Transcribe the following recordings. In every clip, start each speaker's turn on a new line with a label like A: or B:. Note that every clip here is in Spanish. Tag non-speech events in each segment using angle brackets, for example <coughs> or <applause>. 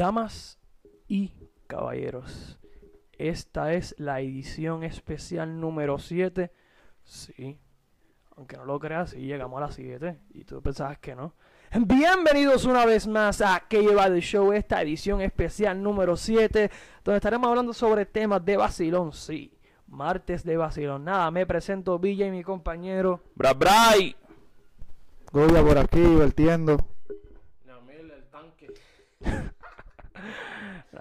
A: Damas y caballeros, esta es la edición especial número 7. Sí, aunque no lo creas, sí llegamos a la 7 y tú pensabas que no. Bienvenidos una vez más a Que lleva el show? Esta edición especial número 7, donde estaremos hablando sobre temas de vacilón, sí. Martes de vacilón. Nada, me presento Villa y mi compañero.
B: Bra, bray.
C: Goya por aquí, vertiendo.
D: Yamil, el tanque.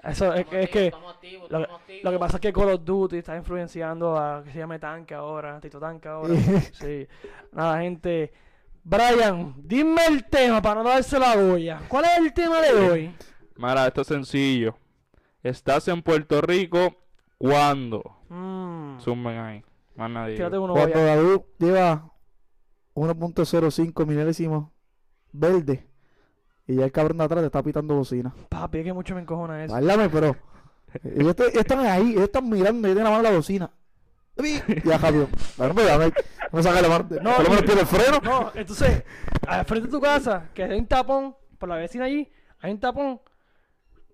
A: Eso es que, es que
D: Estamos activos,
A: lo, que-
D: estamos activos.
A: lo que pasa es que Call of Duty está influenciando a que se llame Tanque ahora, Tito Tanque ahora. <laughs> sí. Nada, gente. Brian, dime el tema para no darse la olla. ¿Cuál es el tema de hoy?
B: Mara, esto es sencillo. Estás en Puerto Rico, ¿cuándo?
A: Mm,
B: Zumben ahí. Más nadie.
A: tírate uno,
C: Cuando
A: Brian.
C: David lleva 1.05 milésimos verde y ya el cabrón de atrás te está pitando bocina.
A: Papi, es que mucho me encojona eso.
C: Báilame, pero. Ellos, te- ellos están ahí, ellos están mirando, ellos tienen la mano en la bocina. ¡Pi! Ya, Javier. No me dame. No me saca la mano.
A: No,
C: No, por lo menos tiene el freno.
A: No, entonces, al frente de tu casa, que hay un tapón, por la vecina allí, hay un tapón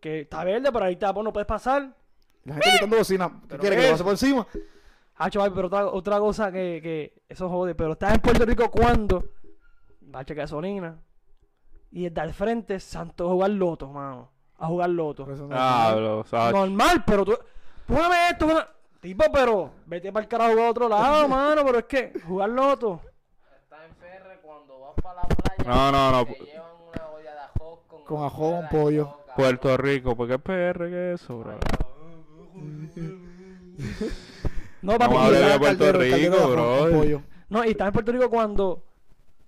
A: que está verde, pero ahí tapón no puedes pasar.
C: La gente pitando bocina. ¿Qué
A: ¿Pero
C: quiere
A: qué es?
C: que lo pase por encima?
A: Ah, chaval, pero otra, otra cosa que, que eso jode, pero estás en Puerto Rico cuando bache gasolina y el de al frente santo a jugar loto, mano. A jugar loto.
C: Por eso no-
B: Ah, bro, sabes.
A: Normal, pero tú. Póngame esto, póngame- tipo, pero vete para el carajo a otro
C: <laughs>
A: lado, mano, pero es que jugar loto.
D: Está en Ferre cuando vas para la playa.
B: No, no, no.
D: Te
B: Pu-
D: llevan una olla de ajos con.
C: Con
D: una
C: ajo,
D: olla
C: un
D: de
C: pollo.
D: cabrón.
B: Puerto Rico, porque es PR que es eso, bro.
A: No, papi.
B: Vamos a hablar
A: y-
B: de
C: Caldero,
B: Puerto
C: caldero,
B: Rico,
C: caldero,
B: bro.
C: con pollo.
A: No, y estás en Puerto Rico cuando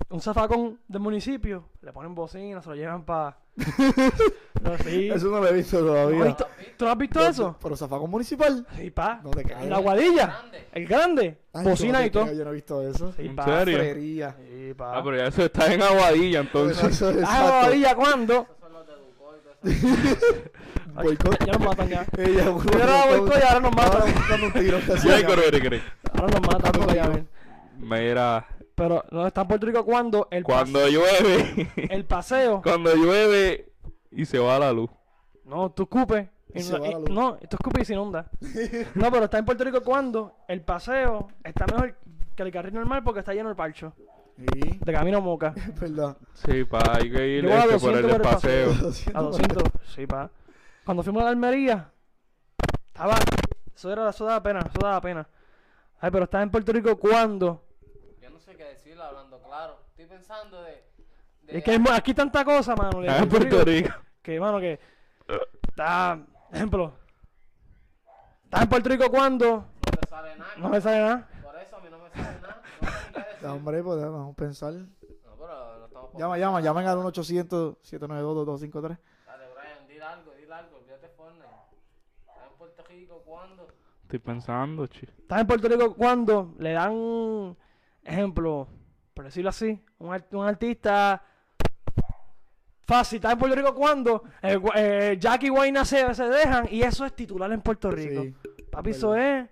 A: un zafacón del municipio le ponen bocina, se lo llevan
C: <laughs>
A: para.
C: Eso no lo he visto todavía.
A: ¿Tú no has visto eso?
C: Pero zafacón municipal.
A: Sí, pa.
C: No te caes.
A: la guadilla.
D: Grande.
A: El grande.
C: Ay, yo
A: Bocina
C: no
A: y
C: te
A: todo.
C: creo, Yo no he visto eso.
A: Sí,
B: ¿En
A: pa.
B: serio?
C: Frería.
A: Sí, pa.
B: Ah, pero ya eso está en Aguadilla, entonces.
C: Eso,
A: Ah, la
C: exacto. <laughs>
A: guadilla cuando.
D: Esos son los de Ducó y todo eso.
A: Ay,
C: Boicot.
A: Ya nos matan <laughs> ya.
C: Ella,
A: Primero la boicot y ahora nos matan.
C: buscando un <laughs> tiro.
B: Sí, hay correr, correr.
A: Ahora nos matan
C: Tanto
A: porque ya
C: lío.
A: ven.
B: Mira,
A: Pero no está en Puerto Rico cuando el, pas-
B: cuando llueve. <laughs>
A: el paseo.
B: Cuando llueve y se va la luz.
A: No, tú escupes.
C: Y
A: y
C: se
A: no-
C: va
A: y-
C: la luz.
A: no, tú escupes y se inunda. no, pero está en Puerto Rico cuando el paseo está mejor que el carril normal porque está lleno el parcho.
C: Sí,
A: <laughs> De camino a
C: <laughs>
A: moca.
C: es verdad.
B: Sí, pa, hay que ir
A: Yo voy a
B: este, por
A: 200
B: el
A: por el
B: paseo.
A: paseo. A 200. sí, pa. Cuando fuimos a la Almería, estaba. Eso era eso daba pena, eso daba pena. Ay, pero estás en Puerto Rico cuando.
D: Yo no sé qué decirle hablando claro. Estoy pensando de. de
A: Es que hay mu- aquí hay tanta cosa, mano. de
B: Ah, en Puerto Rico.
A: Que, mano, que. Está. Ejemplo. Estás en Puerto Rico cuando.
D: No te sale nada.
A: No me sale nada.
D: Por eso a mí no me sale nada. No sé ni qué decir.
C: No, hombre, pues vamos a pensar.
D: No, pero lo estamos
C: Llama, llama, llamen al 1-800-792-2253.
D: Dale, Brian, dile algo, dile algo. Olvídate Fortnite. Está en Puerto Rico cuando.
B: Estoy pensando, chi.
A: Estás en Puerto Rico cuando le dan. Ejemplo. Por decirlo así. Un, art- un artista. Fácil, estás en Puerto Rico cuando eh, gu- eh, Jack y Wayne se, se dejan y eso es titular en Puerto Rico.
C: Sí,
A: Papi, eso es.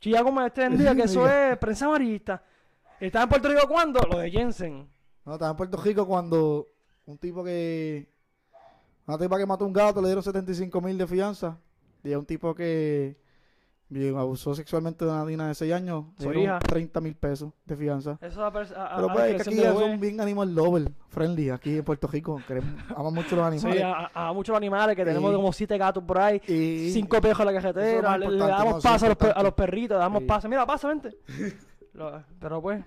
A: Chilla como este en día, que eso es prensa amarillista. ¿Estás en Puerto Rico cuando? Lo de Jensen.
C: No, estaba en Puerto Rico cuando un tipo que. Una tipa que mató a un gato le dieron 75 mil de fianza. Y a un tipo que. bien, abusó sexualmente de una niña de 6 años.
A: Su
C: Le
A: hija. Ah,
C: dieron 30 mil pesos de fianza.
A: Eso va a, pers- a, a-
C: Pero
A: a
C: pues, es que
A: discreción
C: aquí
A: del
C: ya
A: juez.
C: son bien animal lover friendly. Aquí en Puerto Rico queremos, aman mucho los
A: Sí, ah.
C: animales.
A: a, a- a muchos animales que tenemos
C: Sí.
A: como siete gatos por ahí,
C: Y-
A: cinco pejos en la
C: Eso es lo
A: carretera,
C: más
A: le, le
C: importante, no,
A: damos
C: eso es
A: paso a los, pe-
C: importante.
A: a los perritos, le damos
C: Sí.
A: paso. Mira, pasa,
C: <laughs>
A: vente. Lo- pero pues, eso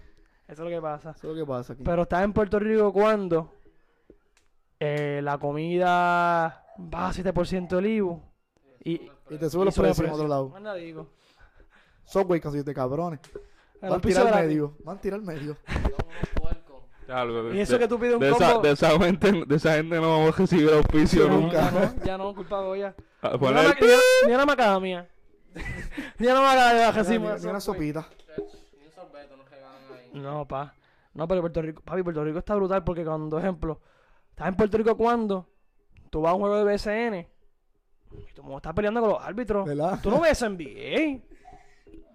A: es lo que pasa.
C: Eso es lo que pasa aquí.
A: Pero estás en Puerto Rico cuando eh, la comida va a 7% del IVU. Y,
C: y te suben
A: y
C: los
A: sube
C: precios en
A: precio.
C: otro lado.
A: Más nada digo.
C: Subway casi de cabrones.
A: En
C: Van a
A: un piso
C: tirar al
A: gratis.
C: medio. Van a tirar al medio.
D: Son unos puercos.
B: Ya, algo de-
A: Y eso
B: de-
A: que tú pides un
B: de Esa,
A: combo-
B: de, esa gente, de esa gente no vamos a recibir auspicio
A: Ya no,
B: nunca.
A: Ya no, ya no, culpa de ella.
B: A
A: Ni
B: poner-
A: una ma- ni una- ni una macadamia. <laughs> Ni una macadamia
C: Mira,
A: recibimos.
C: mira,
A: pues, eso,
C: mira una
A: güey.
C: sopita.
D: Ni un sorbeto nos regalan ahí.
A: No, pa. No, pero Puerto Rico, papi, Puerto Rico está brutal porque cuando, ejemplo, estás en Puerto Rico cuando tú vas a un juego de BSN y tú estás peleando con los árbitros.
C: ¿Verdad?
A: Tú no ves NBA.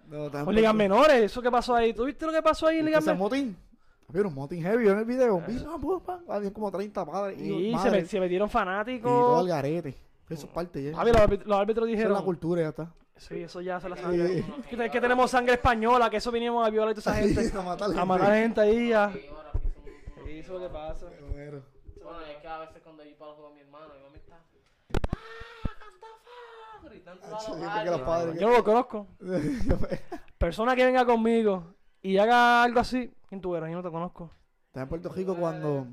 C: No, <laughs>
A: O ligas menores, eso que pasó ahí. ¿Tú viste lo que pasó ahí en ligas
C: San
A: menores?
C: Este Motín. Había un motín heavy en el video. Vi, no, pum, pam. Habían como 30 padres.
A: Y
C: hijos,
A: se,
C: madres,
A: met- se metieron
C: y todo al
A: fanáticos.
C: garete. Eso es parte ya.
A: Javi, los, árbit- los árbitros
C: Eso es la
A: dijeron.
C: cultura,
A: <laughs>
C: ya está.
A: Sí, eso ya se la
C: Sí.
A: sabe. Es que, es que tenemos sangre española, que eso vinimos a violar a toda esa gente.
C: A matar
A: A matar gente ahí ya.
D: Y ahora que son-
A: Eso que pasa.
C: Me muero.
D: Bueno, es que a veces cuando yo paro con mi hermano, mi mamá está. ¡Ah! ¡Canta Gritando
C: Ah,
D: a
C: yo creo
D: los
C: que los
D: gallos.
C: padres-
A: Yo no lo conozco.
C: Yo <laughs> me-
A: Persona que venga conmigo y haga algo así, ¿quién tú eres? Yo no te conozco.
C: Estás en Puerto Rico cuando,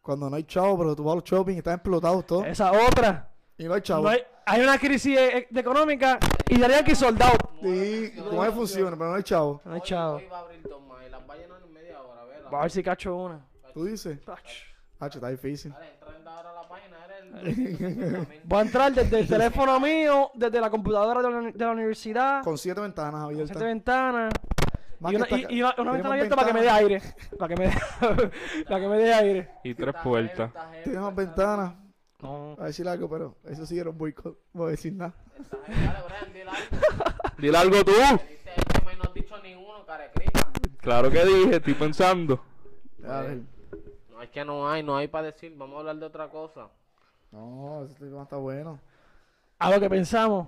C: cuando no hay chavo, pero tú vas a los shopping y están explotados todos.
A: Esa otra.
C: Y no hay chavo.
A: No hay, hay una crisis e- e- económica y darían que soldado.
C: Sí, no funciona, pero no hay chavo.
A: No hay
D: Hoy-
A: chavo.
D: Hoy va a abrir dos más y las va a llenar en media hora, vela.
A: Va a ver si cacho una.
C: Tú dices,
A: Ach.
C: hacho, está difícil.
A: Ah.
D: Dale, entra en ahora a la página, eres el.
A: Voy a entrar desde el teléfono mío, desde la computadora de la, uni- de la universidad,
C: Con siete ventanas
A: con
C: abiertas.
A: siete ventanas
C: Más
A: y una,
C: que
A: y-
C: esta-
A: y una- una
C: tenemos
A: ventana abierta para que me dé
C: ventanas-
A: aire. Para que me dé, <laughs> para que me dé aire.
B: Y tres puertas.
C: Tenemos ventanas.
A: No.
C: A decir algo, pero eso sí era un boicot. No voy a decir nada.
D: Dale, Brian, dile algo.
B: Dile algo tú.
D: Te diste el tema y no has dicho ninguno, carecrica.
B: Claro que dije, estoy pensando.
C: A ver.
D: No, es que no hay, no hay para decir. Vamos a hablar de otra cosa.
C: No, ese tema está bueno.
A: A lo que pensamos.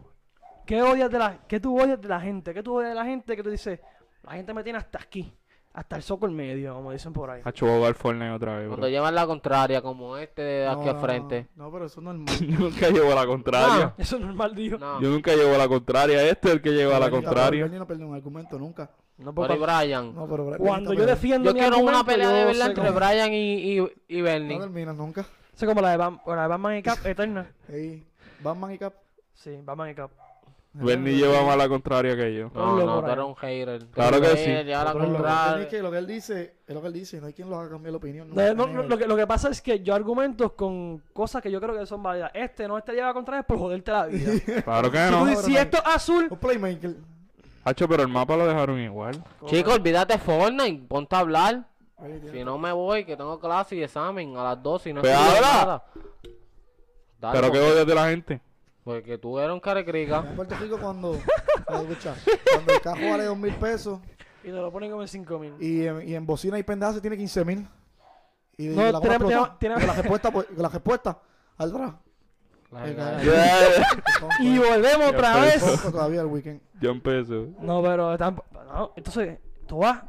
A: ¿Qué odias de la, qué tú odias de la gente? ¿Qué tú odias de la gente que tú dices, la gente me tiene hasta aquí, hasta el soco en medio, como dicen por ahí?
B: Hacho, voy a jugar Fortnite otra vez,
D: Cuando
B: bro.
D: llevan la contraria, como este de
C: No,
D: aquí
C: no,
D: al
C: no,
D: frente.
C: No, pero eso es normal.
B: <laughs> Yo nunca llevo la contraria.
A: Eso es normal, digo.
D: No.
B: Yo nunca llevo la contraria. Este es el que lleva la
C: Bernie está peor,
B: contraria.
C: Bernie no perdió un argumento nunca.
A: No puedo
D: Pero ¿y Brian.
C: No, pero Bernie
A: Cuando
C: está
A: yo
C: peor.
A: defiendo
D: Yo
A: mi
D: quiero una
A: argumento,
D: pelea de
A: yo
D: verdad
A: sé
D: entre
A: cómo-
D: Brian y, y, y Bernie.
C: No terminas nunca.
A: sé como la de, Bam- o la de Batman y Cap Eterna.
C: Ey, Batman y Cap.
A: Sí, Batman y Cap.
B: Bernie lleva más la contraria que yo.
D: No,
A: Ponlo
D: no,
A: por
D: tú
A: ahí.
D: eres un hater. Tú
B: Claro
D: eres
B: que
D: un
B: sí.
D: hater, lleva la
C: Pero lo, que
D: contraria.
C: es que lo que él dice es lo que él dice. No hay quien lo haga cambiar la opinión.
A: No,
C: nunca,
A: no,
C: nigga.
A: lo, que, lo que pasa es que yo argumento con cosas que yo creo que son válidas. Este no, este lleva contra es por joderte la <laughs> vida. Si
B: Claro que
A: tú
B: no.
A: dices, si esto es azul,
C: Un playmaker.
B: Hacho, pero el mapa lo dejaron igual.
D: Chico, olvídate Fortnite, ponte a hablar.
C: Ahí tiene.
D: Si no me voy, que tengo clase y examen a las 12 y no
B: Pues
D: estudié
B: habla.
D: nada. Dale,
B: Pero
D: porque-
B: que odias de la gente.
D: Porque tú eres un carecrica.
C: En Puerto Rico cuando... <laughs> Ay, escucha, cuando el carro vale dos mil pesos
A: y te lo ponen como en 5 mil.
C: y en, y en bocina y pendazo tiene 15 mil. Y
A: No,
C: la
A: tiene-
C: goma explotó.
A: tiene-
C: Con la respuesta, pues, con la respuesta al draft.
A: Y volvemos
B: Ya
A: otra
B: empezó.
A: vez.
C: Poco todavía el weekend.
B: <laughs> Yo
A: <laughs>
B: empecé.
A: No, pero tampoco. no. Entonces, tú vas,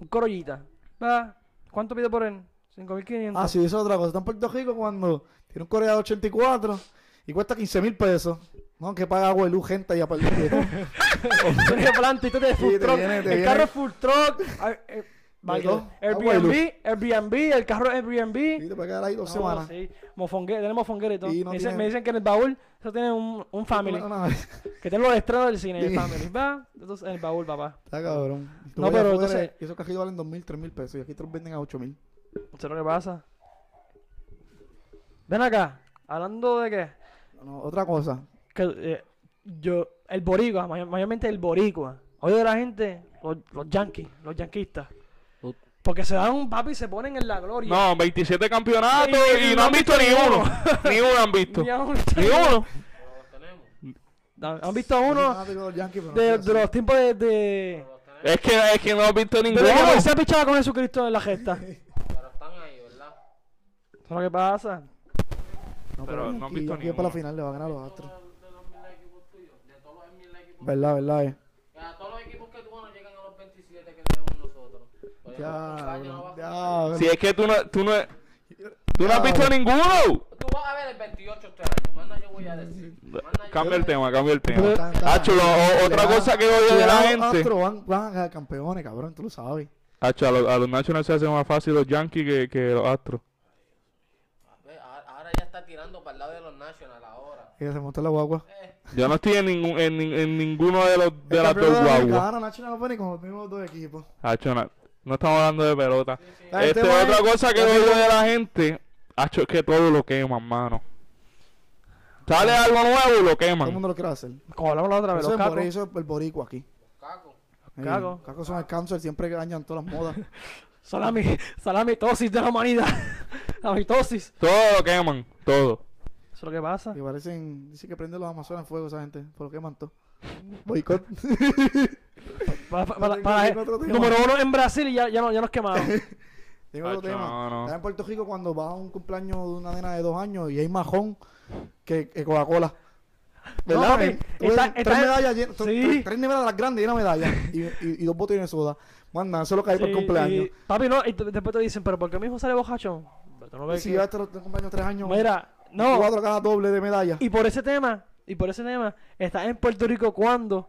A: un corollita. Va, ¿Cuánto pide por él? 5.500.
C: Ah, sí, eso es otra cosa. Está en Puerto Rico cuando tiene un Corea de 84 y cuesta 15 mil pesos. No, que paga agua y luz, gente y aparte. de todo.
A: <laughs> Tú eres planta y tú eres full
C: <laughs> Sí, te
A: truck.
C: viene, te
A: el carro
C: viene.
A: es full truck. ah, eh, vaya,
C: todo. Agua y
A: Airbnb, Airbnb, el carro es Airbnb.
C: Y te puede quedar ahí dos
A: No,
C: semanas.
A: sí. Mofongue- tenemos mofonguera y todo.
C: Y no
A: me, dicen,
C: tiene-
A: me dicen que en el baúl eso tiene un, un family.
C: No, no, no. Está
A: Que tiene los estrenos del cine. El
C: Sí.
A: family. Va, entonces en el baúl, papá.
C: cabrón. Tú
A: No,
C: vayas
A: pero
C: afuera
A: entonces-
C: y esos cajitos valen 2 mil, 3 mil pesos. Y aquí te los venden a 8 mil.
A: No sé lo que pasa. Ven acá. Hablando de qué.
C: No, otra cosa.
A: que eh, yo, el boricua, may- mayormente el boricua. Oye, de la gente, los, los yanquis, los yanquistas.
D: Tú-
A: Porque se dan un papi y se ponen en la gloria.
B: No, 27 campeonatos
A: Y-
B: y, no han visto ni uno. Ni uno han
A: <laughs>
B: visto.
A: Ni a un-
B: Ni uno.
A: Da- ¿Han visto uno
C: Ah, digo, los Yankees, pero no
A: de,
C: quiero
A: de los tiempos de... de...
B: Es que, es que no han visto
A: de
B: ninguno.
A: que Moisés pichaba con Jesucristo en la gesta. Eso
D: Pero están ahí, ¿verdad?
A: es lo que pasa.
C: hacer- No,
B: pero no han
C: y
B: visto
C: aquí para
B: ninguno.
C: la final le va a ganar a los Astros.
D: De los mil equipos tuyos, de todos los mil equipos.
C: Verdad, verdad. eh.
D: Que a todos los equipos que tú no llegan a los 27 que tenemos nosotros. Pues los
C: Ya,
D: años no vas a-
C: ya.
B: Si es que tú no, tú no, tú no has
C: Ah,
B: visto ninguno.
D: Tú vas a ver el 28 este año, más nada yo voy a decir. Más nada yo-
B: Cambia el tema, cambia el
C: Pero-
B: tema. Hacho, lo- o- otra cosa que odio de la
C: Cuidado,
B: gente.
C: Astros van, van a ganar campeones, cabrón. Tú lo sabes.
B: Hacho, a, los- a los Nationals se hacen más fácil los Yankees que, que los Astros.
D: Ve, a- Ahora ya está tirando para el lado de los Nationals ahora.
C: Y se montó la guagua.
B: Yo no estoy en, ningún, en, nin- en ninguno de los de las dos guaguas.
C: Ganaron Nacho no con los mismos dos equipos.
B: Hacho, no, no estamos hablando de pelota.
C: La gente
B: Este,
C: va
B: otra
C: ahí,
B: cosa que
C: la
B: odio
C: gente-
B: de la gente, hacho, es que todo lo queman, mano. Sale algo nuevo y lo
C: Todo el
B: queman.
C: mundo lo quiere hacer.
A: Como hablamos la otra vez,
C: Eso
A: los
C: es, por
A: cacos.
C: eso es el boricua aquí.
D: Caco.
C: Eh,
A: Caco.
C: Los cacos son el cáncer, siempre dañan todas las modas.
A: Son la, mi- son la mitosis de la humanidad. <laughs> la mitosis.
B: Todo lo queman, todo.
A: Eso es lo que pasa.
C: que parecen. Dicen que prenden los Amazonas en fuego esa gente. Por lo que mantó. Boicot.
A: Para- para-
C: Yo tengo-
A: para-
C: tengo otro tema.
A: número uno en Brasil y ya, ya, no, ya nos quemaron.
C: Tengo otro
B: Acho,
C: tema.
B: no, no.
C: Estaba en Puerto Rico cuando va a un cumpleaños de una nena de dos años y hay majón que, que Coca-Cola.
A: No,
C: ¿Verdad?
A: papi,
C: Eh, tú
A: está-
C: ves,
A: está-
C: tres medallas llenas, son
A: sí.
C: tres, tres neveras de las grandes y una medalla. Y, y- y dos botellas de soda. Manda, eso es lo que hay para el
A: Sí,
C: cumpleaños.
A: y- papi, no, y te- después te dicen, pero ¿por qué mi hijo sale bojachón? Pero tú no
C: Y
A: ves
C: si
A: que-
C: llevas los cumpleaños tres años,
A: Mira, no,
C: cuatro cajas doble de medalla.
A: Y por ese tema, y por ese tema, estás en Puerto Rico cuando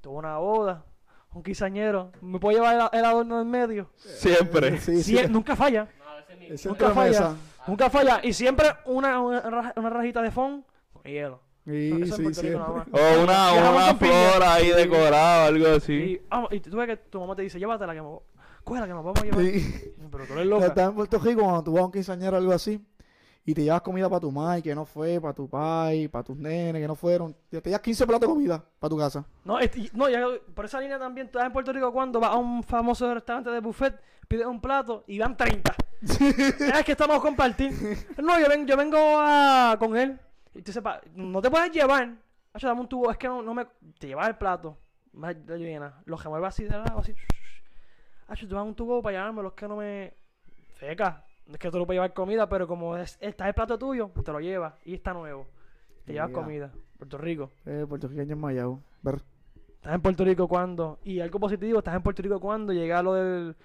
A: tuvo una boda, un quinceañero, me puedo llevar el, el adorno en medio.
B: Siempre.
C: Sí, sí.
A: Sie- Nunca falla,
D: No, a veces ni.
C: Ese
D: Nunca
A: nunca
C: tema
A: falla,
C: esa.
A: nunca falla. Y siempre una, una, raj- una rajita de fond con hielo.
C: Sí,
A: Eso en
C: sí,
A: Puerto
C: sí.
A: Rico nada más.
B: O una,
A: Y jamón
B: una
A: con piña.
B: flor ahí decorada, algo
A: Y,
B: así.
A: ah, y tú ves que tu mamá te dice, llévatela que me voy- Cógela que nos vamos a llevar.
C: Sí.
A: Pero tú eres
C: O sea,
A: loca.
C: Estás en Puerto Rico cuando tú vas a un quinceañero o algo así y te llevas comida para tu madre que no fue, para tu pai, para tus nenes que no fueron. Te te llevas 15 platos de comida para tu casa.
A: No, este- y- no ya- por esa línea también, tú estás en Puerto Rico cuando vas a un famoso restaurante de buffet, pides un plato y van 30. es que estamos a compartir. No, yo, ven- yo vengo a, con él. Y tú sepas, no te puedes llevar. Hacho, dame un tubo, es que no, no me. Te llevas el plato. Más de llena. Los remueves así de lado, así. Hacho, tú dame un tubo para llevarme, los que no me. Feca. Es que tú no puedes llevar comida, pero como es- está el plato tuyo, te lo llevas. Y está nuevo. Te llevas
C: Mira.
A: comida. Puerto Rico.
C: Eh, puertorriqueño en Mayabo. Ver.
A: Estás en Puerto Rico cuando. Y algo positivo, estás en Puerto Rico cuando llega lo del,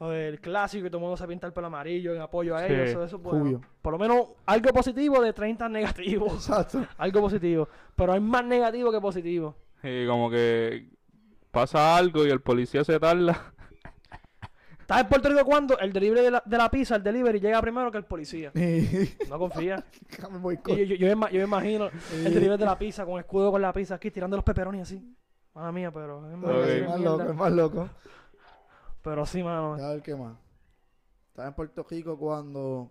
A: lo del clásico y todo el mundo se pinta el pelo amarillo en apoyo a
B: Sí,
A: ellos. Eso, eso es bueno.
C: jubio.
A: Por lo menos algo positivo de 30 negativos. <laughs>
C: Exacto.
A: algo positivo. Pero hay más negativo que positivo.
B: Y como que pasa algo y el policía se tarda. <laughs>
A: Estás en Puerto Rico cuando el delivery de la, de la pizza, el delivery, llega primero que el policía.
C: Y- <laughs>
A: No confía.
C: Déjame voy
A: Y
C: con-
A: yo,
C: <laughs>
A: yo- yo ima- yo me imagino el delivery de la pizza con escudo con la pizza aquí tirando los peperones así. Madre mía, pero. es más-
C: Ok,
A: es
C: Es más
A: mierda.
C: loco, es más loco.
A: Pero sí, mano.
C: A ver qué más. Estás en Puerto Rico cuando.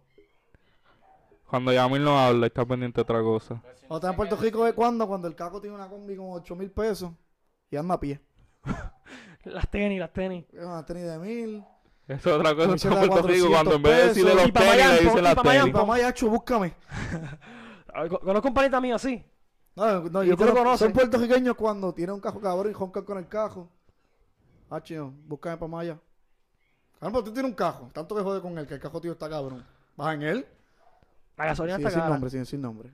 B: Cuando Yamil no habla, está pendiente de otra cosa.
C: O estás en Puerto Rico es cuando, cuando el caco tiene una combi con 8 mil pesos y anda a pie.
A: Las tenis, las tenis.
C: Es Una tenis de mil.
B: Eso es otra cosa
C: Camiseta
B: en Puerto Rico,
C: 400
B: cuando en vez de decirle
C: pesos.
B: los
A: Y papá
B: tenis, le
A: Yampo,
B: dicen
A: y
B: las
A: papá
B: tenis.
A: Yampo.
C: Mamá, ya chu, búscame.
A: Ah, con- Conozco un panita mío así.
C: No, no,
A: Y
C: yo
A: tú lo
C: conozco-
A: conoces.
C: Son puertorriqueños cuando tienen un cajo cabrón y joncan con el cajo. Ah, chino, búscame para Maya. Caramba, Ah, tú tienes un cajo. Tanto que jode con él, que el cajo tío está cabrón. ¿Vas en él?
A: La gasolina
C: Sin
A: está
C: decir
A: cara.
C: nombre, sin decir nombre.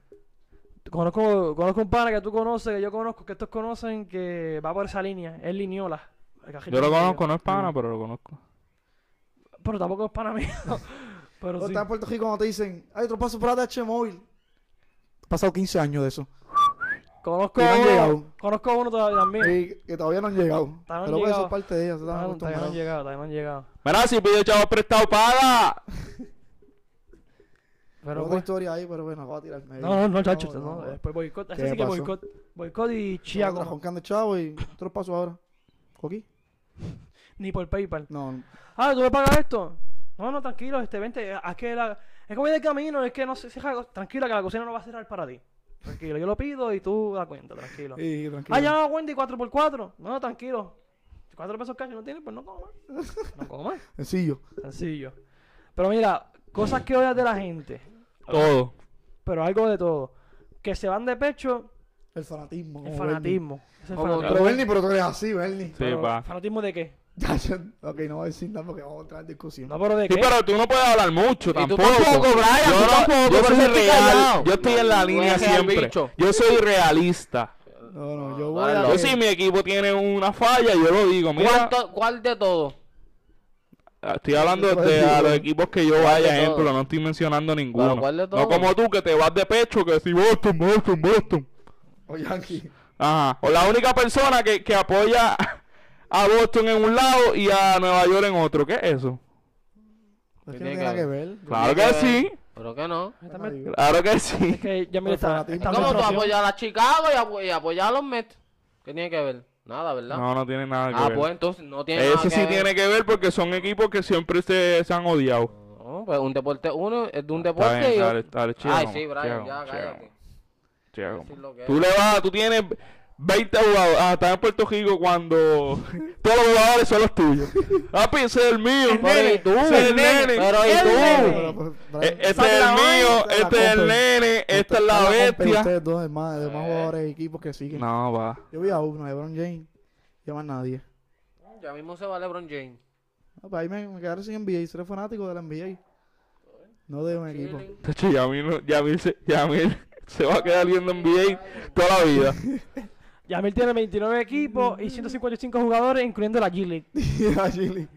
A: Conozco, conozco un pana que tú conoces, que yo conozco, que estos conocen, que va por esa línea. Es Liniola. El cajito
B: Yo lo
A: de medio.
B: conozco, no es pana, pero lo conozco.
A: Pero tampoco es pana mío.
C: <laughs>
A: Pero
C: O
A: sí.
C: estás en Puerto Rico cuando te dicen, ay, otro paso para DH móvil. Pasado 15 años de eso.
A: Conozco
C: Y no han
A: uno,
C: llegado.
A: conozco uno todavía también.
C: Y que todavía no han llegado.
A: Todavía no han
C: Pero pues, eso
A: llegado.
C: es parte de ellas. se están
A: Ah, no, todavía no han
C: acostumbrados.
A: llegado, todavía no han llegado.
B: Mira, si pide chavos prestado, paga.
A: Pero
C: Otra
A: pues,
C: historia ahí, pero bueno, la voy a tirar al medio.
A: no, no, no, chacho, no,
C: no.
A: después boicot.
C: ¿Qué
A: Ese sí que
C: pasó?
A: boicot. Boicot y
C: Chiago.
A: Chiago.
C: joncando chavo y otro paso ahora. ¿Coqui?
A: Ni por PayPal.
C: No, no.
A: Ah, ¿tú me pagas esto? No, no, tranquilo, este, vente, es que la... Es que voy de camino, es que no sé si... Tranquila, que la cocina no va a cerrar para ti. Tranquilo, yo lo pido y tú da cuenta, tranquilo.
C: Y tranquilo.
A: Ah, ya no Wendy 4x4. No, no, tranquilo. 4 pesos cash no tiene, pues no comas. No comas.
C: Sencillo.
A: Sencillo. Pero mira, cosas que odias de la gente,
B: Todo.
A: pero algo de todo. Que se van de pecho,
C: El fanatismo.
A: el
C: como
A: fanatismo. Ese
C: Bernie. Como-
A: fanatismo.
C: pero Bernie, pero tú eres así, Bernie. <laughs>
B: Sí,
A: Pero,
B: pa.
A: ¿Fanatismo de qué?
C: Ya, ya, ok, no voy a decir nada porque vamos a entrar en discusión.
A: No, pero de
B: Sí,
A: qué.
B: pero tú no puedes hablar mucho tampoco.
E: tampoco, Brian,
B: yo
E: tú
B: no-
E: tampoco,
B: Yo
E: tú
B: soy
E: eres
B: real.
E: callado.
B: Yo estoy en la
E: No
B: línea
E: eres real
B: siempre.
E: bicho.
B: Yo soy realista.
C: no, no, yo
E: No,
C: voy a...
E: Ah, dale,
B: Yo si mi equipo tiene una falla, yo lo digo. Mira,
E: ¿Cuánto- ¿Cuál de todo?
B: estoy hablando de a los equipos que yo
E: ¿Cuál de
B: vaya, ejemplo,
E: todos?
B: no estoy mencionando ninguno.
E: ¿cuál de
B: No
E: todos?
B: como tú que te vas de pecho que si Boston, Boston, Boston.
C: O Yankee.
B: Ajá. O la única persona que, que apoya a Boston en un lado y a Nueva York en otro. ¿Qué es eso?
C: Es
E: tiene
C: que no tiene
E: que
C: nada que
E: ver?
C: ver.
B: Claro que sí.
E: ¿Pero qué no?
B: Este
C: <laughs> Yo-
B: Claro que sí.
A: Es que ya
C: Pero
A: mira, está...
C: fanatismo
A: está
C: también.
E: ¿Cómo tú
A: frustración.
E: apoyas a la Chicago y, apo- y apoyas a los Mets? ¿Qué tiene que ver? Nada, ¿verdad?
B: No, no tiene nada que
E: ah,
B: ver.
E: pues entonces no tiene nada
B: Eso
E: que
B: sí
E: ver.
B: tiene que ver porque son equipos que siempre se, se han odiado.
E: No, pues un deporte uno es de un
B: Está
E: deporte
B: bien,
E: y
B: dale,
E: otro-
B: dale, chill,
E: Ay,
B: vamos,
E: sí, Brian,
B: chill,
E: ya,
B: vamos,
E: cállate.
B: chill, vamos.
E: Decir lo que
B: Tú le vas, tú tienes 20 jugadores. Ah, estás en Puerto Rico cuando todos los jugadores son los tuyos. Ah, ese es el mío.
E: Pero, ¿y tú?
B: Ese es el nene.
E: Pero, ¿y
B: El
E: tú?
B: nene.
C: Pero, pues,
B: E-
C: Brian,
B: Este es el mío, este es el nene, esta es la
C: ustedes
B: bestia.
C: Ustedes dos,
E: Eh.
C: demás, demás jugadores y equipos que siguen.
B: No, va.
C: Yo voy a uno, LeBron James. Y a más nadie.
E: Ya mismo se va LeBron James.
C: No, pues ahí me, me quedaron sin NBA. Seré fanático de la NBA. No de un equipo. <laughs>
E: Chilling.
B: Tacho, Yamil, no- Yamil, se, Yamil <laughs> se va a quedar viendo NBA toda la vida.
A: Yamil tiene 29 equipos y 155 jugadores, incluyendo la G League.
C: A Chile.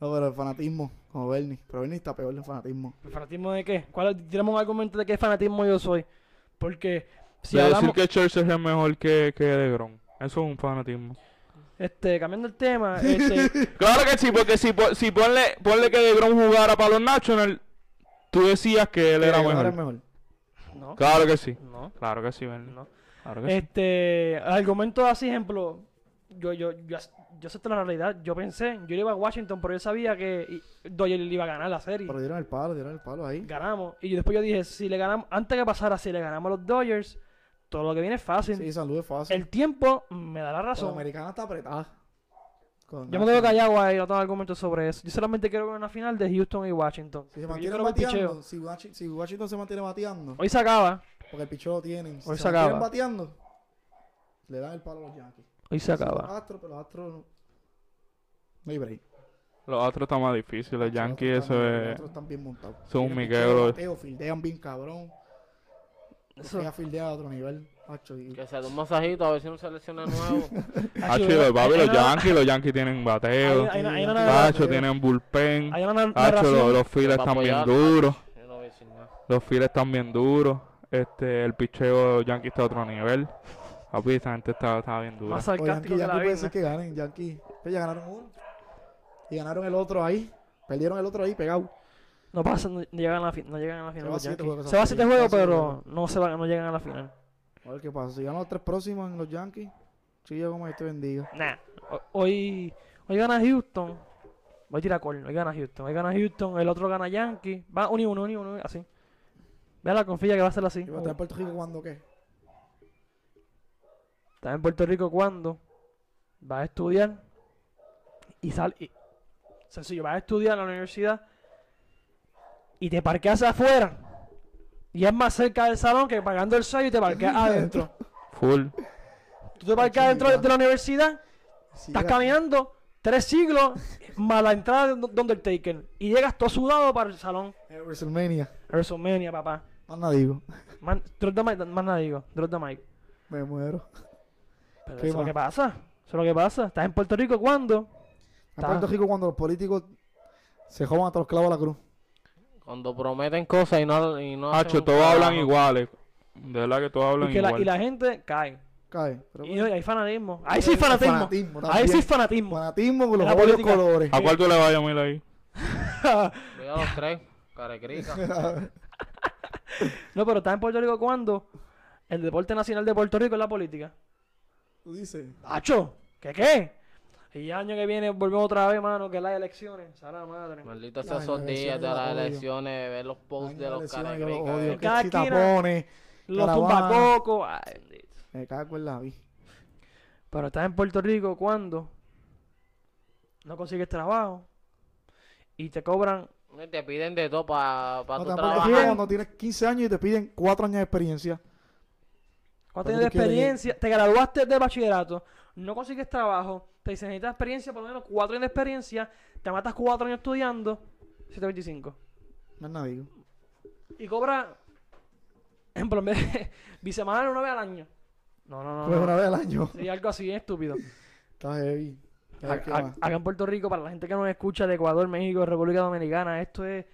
C: No, pero el fanatismo, como Bernie. Pero Bernie está peor el fanatismo.
A: ¿El fanatismo de qué? ¿Cuál, tiramos un argumento de qué fanatismo yo soy. Porque si
B: de decir
A: hablamos,
B: que Churchill es mejor que, que DeGrom. Eso es un fanatismo.
A: este, cambiando el
B: <laughs>
A: tema, este,
B: Claro que sí, porque si, po- si ponle, ponle que DeGrom jugara para los Nationals, tú decías que él era
C: Ahora
B: mejor.
C: es mejor.
A: no,
B: Claro que sí.
A: no.
B: Claro que sí, Bernie.
A: No.
B: Claro que sí.
A: Este, argumento así, ejemplo, yo, yo, yo, ac- yo acepto la realidad, yo pensé, yo iba a Washington, pero yo sabía que y- Dodgers le iba a ganar la serie.
C: Pero dieron el palo, dieron el palo ahí.
A: Ganamos. Y yo- después yo dije, si le ganamos, antes que pasara, si le ganamos a los Dodgers, todo lo que viene es fácil.
C: Sí, San Luis es fácil.
A: El tiempo me da la
C: La
A: razón.
C: americana está apretada. Con
A: Yo me quedo callado ahí, no tengo argumentos sobre eso. Yo solamente quiero ver una final de Houston y Washington.
C: Si se
A: Porque yo
C: mantiene
A: creo que el picheo.
C: bateando, si Washington, si Washington se mantiene bateando,
A: Hoy se acaba.
C: porque el picheo lo tienen. Si
A: Hoy
C: se
A: se
C: mantienen
A: acaba.
C: bateando, le dan el palo a los Yankees.
A: Hoy se
C: Los
A: acaba.
C: Astros, pero los Astros no. No hay break.
B: Los otros están más difíciles. Los Yankees,
C: Los Astros
B: eso
C: están- Los
B: es.
C: Astros están bien montados.
B: son un
C: Tienen
B: miguero.
C: picheo de bateo, Fildean bien cabrón.
A: Eso.
C: Ya fildean a otro nivel. macho, y-
E: Que se dé un masajito a ver si no selecciona nuevo.
B: Hacho, y los, papi,
A: Hay
B: los
A: una-
B: Yankees, los Yankees tienen bateo.
A: Hay una, hay una- hay una-
B: Hacho, tienen bullpen.
A: hay una
B: Hacho, los,
A: narración.
B: los files
E: Va a
B: están bien
E: apoyar.
B: duros.
E: Yo no voy a decir nada.
B: Los files están bien duros. Este, el picheo de los Yankees está a otro nivel. Papi, esa gente está, está bien dura.
A: más
C: o Yankees,
A: sarcástico que
C: Yankees
A: la
C: puede
A: vaina.
C: ser que ganen. Yankees. Ellos ya ganaron uno. Y ganaron el otro ahí. Perdieron el otro ahí pegado.
A: No pasa, no llegan a la, fi- no llegan a la final.
C: va
A: los
C: siete
A: Yankees.
C: juegos esa
A: Se va a
C: serie,
A: siete juegos,
C: se va
A: pero
C: siete
A: no, se va, no llegan a la final.
C: A ver qué pasa. Si ganan los tres próximos en los Yankees, sí, yo como Dios te bendiga.
A: Nah. O- Hoy, hoy gana Houston. Voy a tirar corno. Hoy gana Houston. Hoy gana Houston. El otro gana Yankee. Va uno y uno, uno y uno. Así. Vea la confía que va a ser así.
C: ¿Y va a estar en Puerto Rico cuando qué?
A: Está en Puerto Rico cuando va a estudiar y sale. y- sencillo, vas a estudiar a la universidad y te parqueas afuera. Y es más cerca del salón que pagando el sello y te
C: <laughs>
A: parqueas Ah, adentro.
B: Full.
A: Tú te parqueas adentro de la universidad,
C: Si
A: estás
C: llega-
A: caminando tres siglos más la entrada de Don- Undertaker y llegas todo sudado para el salón.
C: En WrestleMania.
A: WrestleMania, papá.
C: Más nada digo.
A: Man, drop the mic, más nada digo. Drop the mic.
C: Me muero.
A: Pero eso
C: ¿Qué
A: es lo
C: más?
A: que pasa. Eso es lo que pasa. Estás en Puerto Rico cuando
C: En
A: Ta-
C: Puerto Rico cuando los políticos se jodan hasta los clavos a la cruz.
E: Cuando prometen cosas y no, y no hacen
B: Hacho,
E: un
B: todos hablan
E: carajo.
B: iguales. De verdad que todos hablan
A: Ah, y, que la,
B: igual.
A: y la gente cae.
C: Cae. Pero
A: Y
C: bueno,
A: hay fanatismo. Ahí sí
C: hay
A: es fanatismo.
C: fanatismo
A: Ahí sí
C: también.
A: es fanatismo.
C: Fanatismo con los
A: La
C: varios
A: política.
E: Ah.
C: colores.
B: ¿A cuál tú le vas a llamar ahí?
E: Cuidado los tres.
B: <laughs>
E: Carecrica.
A: <laughs> No, pero está en Puerto Rico cuando el deporte nacional de Puerto Rico es la política.
C: Tú dices.
A: ¡Acho! ¿Qué qué? Y el año que viene volvemos otra vez, mano, que las elecciones. Sara madre.
E: Maldito
C: Ay,
E: sea
C: las
E: esos días
C: elecciones,
E: de
C: yo
E: las
C: lo odio.
E: elecciones, ver los
C: Ay,
E: posts de
C: las
E: los eh.
C: lesiones, yo los
E: carecricas.
C: odio.
A: Cada
C: Que si
A: esquina-
C: tapones.
A: Los
C: Caravana.
A: tumbacocos. ay, bendito.
C: Me cago en la vi.
A: Pero estás en Puerto Rico cuando no consigues trabajo y te cobran.
E: eh. Te piden de todo para
C: No,
E: tu
C: tampoco te
E: trabajo.
C: piden cuando tienes 15 años y te piden 4 años de experiencia.
A: ¿Cuántos
C: Pero
A: años de
C: tú quieres-
A: experiencia? Te graduaste de bachillerato, no consigues trabajo, te dicen necesitas experiencia, por lo menos cuatro años de experiencia, te matas cuatro años estudiando, 725.
C: Más nada digo.
A: Y cobra, en promedio, <laughs> bisemanal una vez al año. No, no,
C: Pues
A: no.
C: una
A: no.
C: vez al año.
A: Sería algo así estúpido.
C: Está heavy. Ya, ¿qué
A: Ac- ac-
C: más?
A: Acá en Puerto Rico, para la gente que nos escucha de Ecuador, México, República Dominicana, esto es.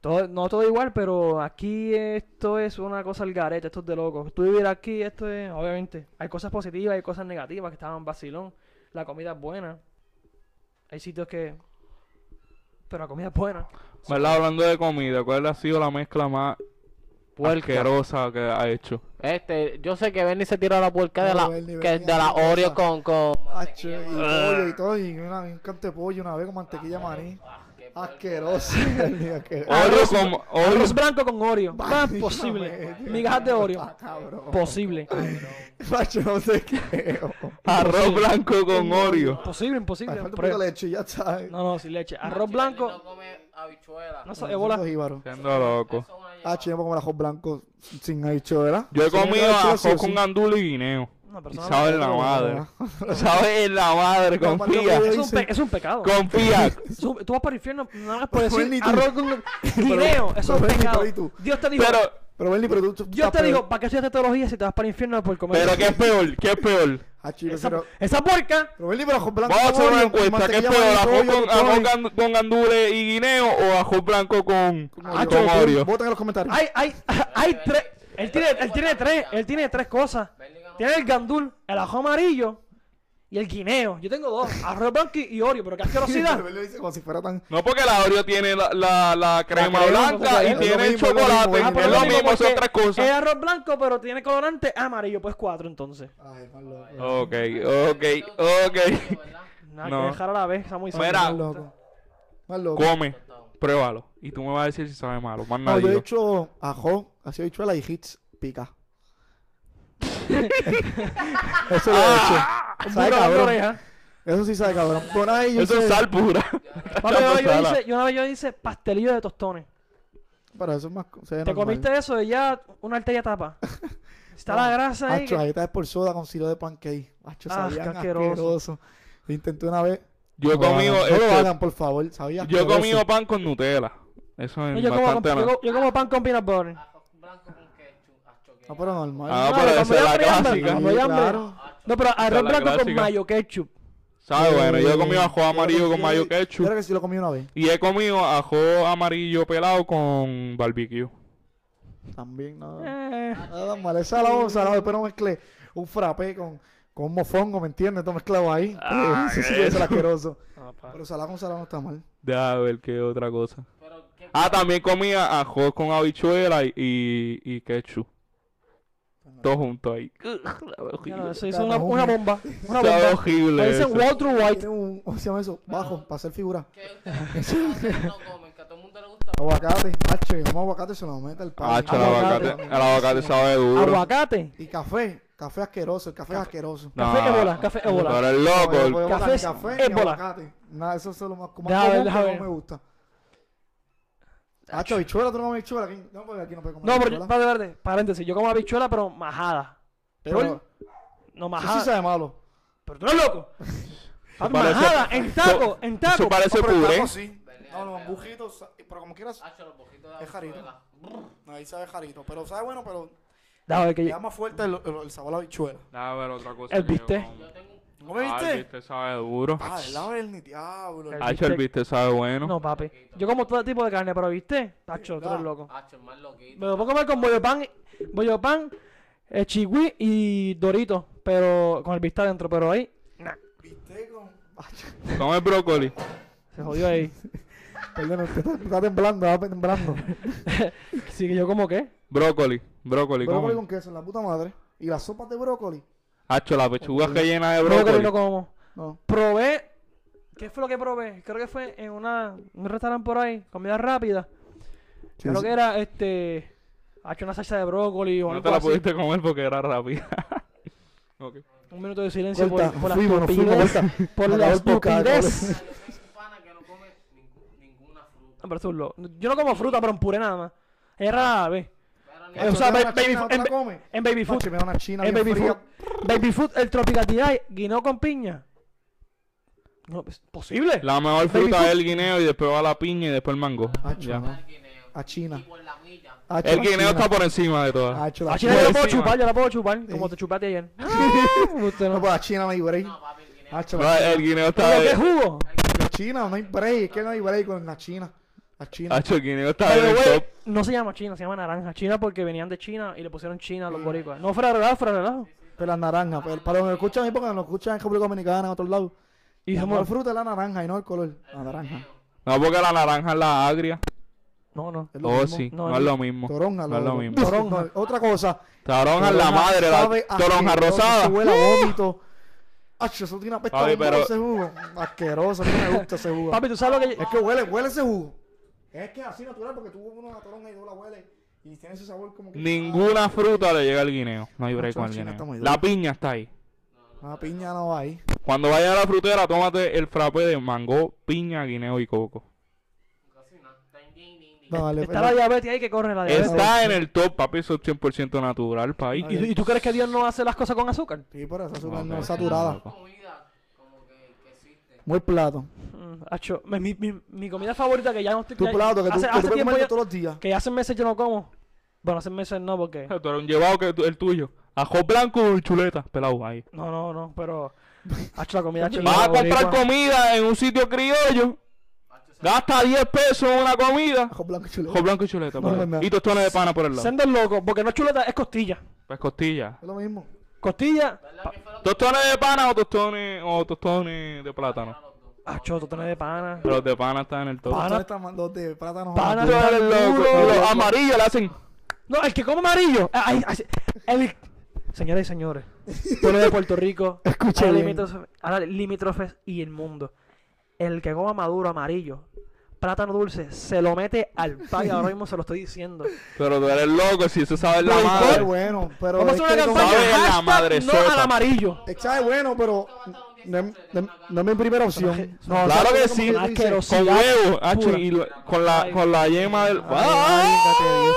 A: Todo, no todo igual, pero aquí esto es una cosa al garete, esto es de loco. Tú vivir aquí, esto es. Obviamente, hay cosas positivas, hay cosas negativas que estaban vacilón. La comida es buena. Hay sitios que. Pero la comida es buena.
B: ¿Verdad? Hablando de comida, ¿cuál ha sido la mezcla más puerquerosa que ha hecho?
E: Este, yo sé que Benny se tira la puerca de
C: No,
E: la,
C: Bernie,
E: que
C: Bernie
E: de la
C: hace cosas.
E: Oreo con, con
C: Hacho, y
E: mantequilla, mano.
A: Ah.
C: pollo y todo, y una- un canto de pollo una vez con mantequilla maní.
A: ah,
C: Asqueroso.
A: <laughs>
C: <laughs> Bernie, asqueroso.
B: Oreo con... Oreo-
A: Arroz blanco con Oreo. Más
C: <laughs>
A: posible.
C: Válgame, Dios.
A: Migajas de Oreo.
C: Ah, cabrón.
A: Posible.
C: Macho, no
A: <laughs>
C: sé qué.
B: arroz blanco con Oreo.
A: Imposible, imposible.
C: Ay, falta un poco
A: Prueba.
C: de leche, ya sabes.
A: No, no, sin leche. Arroz
E: Bernie
A: blanco.
E: No come habichuela.
A: No
E: Eso
A: sé, ébola.
C: Los jíbaros.
B: Siendo loco.
E: es una
C: Ah, yo me como el ajo blanco sin habichuela.
B: Yo he
C: Sí,
B: comido
C: habichuela sí o
B: ajo
C: sí.
B: con gandulo y guineo.
A: No, Una
B: Y
A: persona.
B: sabe en la madre. <laughs> Sabe en la madre,
C: No, cuando
B: confía.
C: yo-
A: Es un, pe- es un pecado.
C: <laughs>
B: Confía.
A: Es un- Tú vas para el infierno, no hagas por
C: Pero
A: decir
C: ni tú.
A: arroz con guineo. Eso es
C: <laughs> pero
A: un
C: ni tú,
A: pecado.
C: ni tú.
A: Dios te dijo.
B: Pero,
C: Pero Benny, pero tú, tú
A: Dios
C: estás
A: te dijo,
C: peor.
A: ¿para qué estudiaste teología si te vas para el infierno por comer?
B: pero ¿qué es peor? ¿Qué es peor?
C: Hachi,
A: esa,
C: pero-
A: esa puerca.
C: pero Benny, pero arroz blanco
B: Vamos a hacer
C: con
B: una
C: pollo, con
B: encuesta. ¿Qué es
C: mantequilla,
B: peor? ¿Arroz
C: maní, pollo,
B: con,
C: tú
B: arroz
C: sabes.
B: gan- con gandules y guineo o arroz blanco con, ah,
C: Yo-
B: con Oreo?
C: Voten en los comentarios.
A: Hay, hay, <laughs> hay tres. Él tiene, él tiene tres. Él tiene tres cosas.
D: Bernie ganó.
A: Tiene el gandul, el ajo amarillo y el guineo. Yo tengo dos. Arroz blanco y Oreo, pero qué
C: <laughs>
A: asquerosidad.
C: Pero él lo dice como si fuera tan...
B: No, porque la Oreo tiene la, la, la crema
A: crema, entonces,
B: blanca y
A: es
C: lo
B: tiene el
C: mismo, es lo
B: chocolate.
C: mismo,
A: pero
B: Es
C: lo
B: lo
C: mismo,
B: mismo, son
A: porque
B: tres
A: Es
B: cosas.
A: arroz blanco, pero tiene colorante amarillo. Pues cuatro, entonces.
C: Ay, más loco.
B: Ok, ok,
D: Yo,
B: ok.
D: ¿verdad?
A: Nada
B: No.
A: que dejar a la vez. Está muy
B: Mira.
A: sano.
C: Más loco. Más loco.
B: Come, pruébalo. Y tú me vas a decir si sabe malo. Más
C: No,
B: nadie.
C: yo he
B: digo.
C: Ah, hecho ajo, así he hecho la y hits, pica.
B: <laughs>
C: Eso lo
B: Ah.
C: he hecho. Sabe
A: Burro dando
C: cabrón.
A: oreja.
C: Eso sí sabe cabrón. Por ahí yo
B: Eso es
C: sé-
B: sal
D: <laughs>
B: pura.
A: Papi, yo,
C: <laughs>
A: una vez yo hice, yo una vez yo hice pastelillo de tostones.
C: Pero eso es más... o sea,
A: Te
C: normal.
A: comiste eso y ya una arteria
C: <laughs>
A: tapa. Está la grasa ahí.
C: Hacho,
A: que-
C: ahí está por soda con silo de pancake. Hacho,
A: Ah,
C: sabían
A: qué asqueroso.
C: asqueroso. Lo Intenté una vez.
B: Yo he
C: No lo
B: comido,
C: hagan, No lo
B: este,
C: hagan, por favor. Sabía
B: yo he
C: asqueroso.
B: comido pan con Nutella. Eso
A: No,
B: es
A: yo, como,
B: bastante
A: yo,
B: nada.
A: como- yo como pan con peanut butter.
D: Ajo blanco con ketchup. Acho, que-
C: No, pero normal.
B: Ah,
A: No,
B: pero
A: pero
B: esa es la
A: cuando yo hambre,
B: clásica.
A: cuando yo hambre.
C: Claro.
A: No, pero
B: Esa es
A: arroz
B: la
A: blanco con
B: clásica.
A: mayo
C: <laughs>
A: ketchup.
B: ¿Sabes? Ah, Bueno, yo he comido ajo
C: Yo
B: amarillo con
C: comí-
B: mayo
C: Yo
B: ketchup.
C: creo que sí lo comí una vez.
B: Y he comido ajo amarillo pelado con barbecue.
C: También, no.
A: Eh,
C: Nada mal, es salado, salado. Después no mezclé un frappé con, con un mofongo, ¿me entiendes? Todo mezclado ahí. Ah, eso Ah, sí es asqueroso. Pero salado con salado no está mal.
B: Déjame ver qué otra cosa.
D: Pero, ¿qué
B: Ah, también comía ajo con habichuela y, y, y ketchup.
C: Pues
B: Todo junto ahí. Sabe
A: ya
B: horrible.
A: no, eso hizo una, una bomba. Una
B: Sabe
A: bomba.
B: horrible
A: Le dicen
B: eso.
A: Walter White.
C: Tiene un, ¿cómo se llama eso? Bajo, para hacer figura.
D: qué ustedes qué ustedes no comen? Que a todo el mundo le gusta.
C: Aguacate, hache, como aguacate se lo mete el pan.
B: Ah, el aguacate, el aguacate sabe duro.
A: Aguacate.
C: Y café, café asqueroso, el café, es
B: Ah,
C: asqueso.
B: No,
A: Café ébola, café ébola.
B: Pero es loco.
C: No,
B: el-
C: yo puedo
A: Café
C: botar
A: es
C: ni café, ni
A: ébola.
C: aguacate. Nada, eso es lo más, como
A: Deja ver,
C: común
A: deja
C: que
A: ver.
C: no me gusta. Hacho, habichuela, tú no comes habichuela. Aquí, no, porque aquí no puedes comer
A: No, pero,
C: habichuela.
A: vale, verde. Paréntesis, yo como habichuela, pero majada.
C: Pero,
A: No
C: eso sí
A: majada.
C: sabe malo.
A: pero tú eres loco. Papi,
B: parece-
A: majada, en taco, en taco.
B: Eso parece
C: pero el
B: puré.
C: taco sí. No, los bujitos, sa- pero como quieras,
D: Acho, los bojitos de
C: Es jarito.
D: habichuela.
C: ahí sabe jarito. Pero sabe bueno, pero
A: Déjame ver que
C: le
A: yo-
C: da más fuerte el, el- el sabor a la bichuela.
B: Nah, pero otra cosa.
A: El
B: que yo
A: bistec.
B: como.
D: Yo tengo un-
C: ¿No me
B: Ah, el
C: viste?
B: bistec sabe duro.
C: Ah, el lado del ni diablo.
A: El
B: Ah, el bistec sabe bueno.
A: No, papi. Yo como todo tipo de carne, pero ¿viste? Tacho, tú eres loco.
D: Acho, el más loquito.
A: Me lo puedo comer con bollo de pan, bollo de pan, eh, chigüí y doritos, pero con el bistec adentro, pero ahí
C: ¿Viste con...? Hacho,
B: Come brócoli.
A: se jodió ahí.
C: <laughs> Perdón, usted está, está temblando, está temblando.
A: Así que yo como qué?
B: Brócoli. Brócoli,
C: brócoli
B: come.
C: con queso, la puta madre. Y las sopas de brócoli.
B: Hacho, la pechuga que llena de
A: Brócoli no
B: brócoli.
A: como.
C: No.
A: Probé, ¿qué fue lo que probé? Creo que fue en una, un restaurante por ahí, comida rápida. Creo
C: sí.
A: que era este, ha hecho una salsa de brócoli o
B: No te
A: algo
B: la
A: así.
B: pudiste comer porque era rápida. Ok.
A: Un minuto de silencio
C: Corta,
A: por, por la
C: fuimos, nos fuimos,
A: estupidez.
C: corta.
A: Por
C: Acabó
A: la
C: el podcast,
A: estupidez.
D: Yo soy un pana que no come ningún- ninguna fruta.
A: No, pero tú eres loco. Yo no como fruta, pero un puré nada más. Es rara, ve.
D: Pero
A: Eh,
D: ni
A: o
C: Hacho,
A: sea,
C: te da
A: ba-
C: una
A: baby
C: Ah. china,
A: food-
C: ¿no te la
A: em-
C: come?
A: En baby food.
C: Hacho, me da una china
A: El
C: bien
A: baby
C: fría.
A: food, baby food, el tropicatidad, guineo con piña. No, es posible.
B: La mejor
A: Baby
B: fruta
A: food.
B: es el guineo y después va la piña y después el mango.
C: Hacho,
B: Ya.
C: no.
D: el guineo.
C: A
D: Y
C: China.
D: por la milla.
C: Hacho,
B: El
C: a
B: guineo
C: China.
B: está por encima de todas.
C: Hacho,
A: Ah, La
C: la
A: china yo la puedo
B: Buenísima.
A: chupar, yo la puedo chupar, como
C: Sí.
A: te chupaste
C: <laughs>
A: ayer. Usted
C: No,
A: no.
C: pues a China no hay break.
D: No, papi, el guineo.
C: Hacho,
B: No, el guineo está
A: ¿Pero qué
B: de...
A: jugo?
C: La China, no hay break, es que no hay break con la China. La China.
B: Hacho, el guineo está
A: Pero,
B: de
A: güey,
B: top.
A: no se llama China, se llama naranja. China porque venían de China y le pusieron China a
C: Mm.
A: los boricuas. No, fuera de relajo, fuera de relajo.
C: Pero la naranja, pero para los que escuchan ahí, porque nos escuchan en República Dominicana, en otros lados.
A: Y
C: la
A: somos-
C: mejor fruta es la naranja y no el color. La naranja.
B: No, porque la naranja es la agria.
A: No, no.
C: Es lo
B: Oh,
C: mismo.
B: sí.
A: No,
B: No,
A: no.
B: es lo mismo.
C: Toronja,
B: No es lo mismo.
C: Toronja. No, otra cosa.
B: Toronja es la madre,
C: sabe
B: la toronja
C: asqueroso,
B: rosada. ¡Uh!
C: eso Huele a vómito. Hacho, eso tiene una pesta
B: Papi,
C: bomba
B: pero-
C: ese jugo. Asqueroso, a mí no me gusta ese jugo.
A: Papi, tú sabes lo que.
C: Es que huele, huele ese jugo. Es que es así natural porque tú comes una toronja y tú la hueles y tiene ese sabor como que...
B: Ninguna fruta le llega al guineo. No hay
C: Hacho,
B: break con
C: la
B: el
C: China está muy
B: guineo.
C: dura.
B: La piña está ahí.
C: Una Ah, piña no va ahí.
B: Cuando vayas a la frutera, tómate el frappe de mango, piña, guineo y coco.
D: Casi nada. Está en ding, ding, ding.
C: No, dale,
A: Está
C: pero-
A: la diabetes ahí que corre la diabetes.
B: Está en el top, papi. Eso es 100% natural, país.
C: Está
A: ¿Y, y tú crees que Dios no hace las cosas con azúcar?
C: Sí, por eso azúcar
B: Ok.
C: no saturada.
D: comida como que, que existe.
C: Muy plato.
A: Mm, acho, mi, mi- mi- mi comida favorita que ya no estoy...
C: Tu
A: ya-
C: plato que tú,
A: hace,
C: que tú
A: hace
C: puedes
A: tiempo
C: comer
A: ya-
C: todos los días.
A: que ya hace meses yo no como. Bueno, hace meses no
C: <laughs>
A: porque...
B: Tú eres un llevado que tú- el tuyo. Ajo blanco y chuleta. Pelado ahí.
A: No, no, no, pero... Hacho, la
C: <laughs>
A: comida chilena
B: Vas a comprar
A: boricua.
B: comida en un sitio criollo. Gasta 10 pesos en una comida.
C: Ajo blanco y chuleta.
B: Ajo blanco y chuleta.
C: No,
B: papi.
C: no, no.
B: Y tostones de pana por el lado.
A: Sendo el loco, porque no es chuleta, es costilla.
B: Pues costilla.
C: Es lo mismo.
A: Costilla...
B: ¿Tostones de pana o tostones, o tostones de plátano?
A: Hacho, tostones de pana.
B: Pero los de pana están en el top.
A: Pana.
C: Los están mandando de plátano.
A: Pana.
B: Tú eres loco.
A: Duro.
B: Y Los amarillos le hacen.
A: No, el que come amarillo. ah, ay, ay, el- Señoras y señores, pueblo de Puerto Rico,
C: <laughs>
A: a
C: Escucha
A: la
C: bien.
A: limítrofes- a la limítrofes y el mundo. El que coma maduro, amarillo, plátano dulce, se lo mete al país. Ahora mismo se lo estoy diciendo.
B: Pero tú eres loco si eso sabe
A: Pues,
B: la
C: El chá es
B: madre.
C: bueno, pero.
A: Vamos a
C: es
A: hacer una
C: que no-
A: campaña.
B: Sabe la
A: hashtag
B: madre
A: no
B: sopa.
A: al amarillo.
C: El chá es bueno, pero. No, es- no es- no es mi primera opción.
A: No,
B: Claro que
A: como
B: sí.
A: una asquerosidad
B: Con huevo, hacho,
A: pura.
B: y lo- con la, con la yema del.
A: Ay, válgate, Dios mío.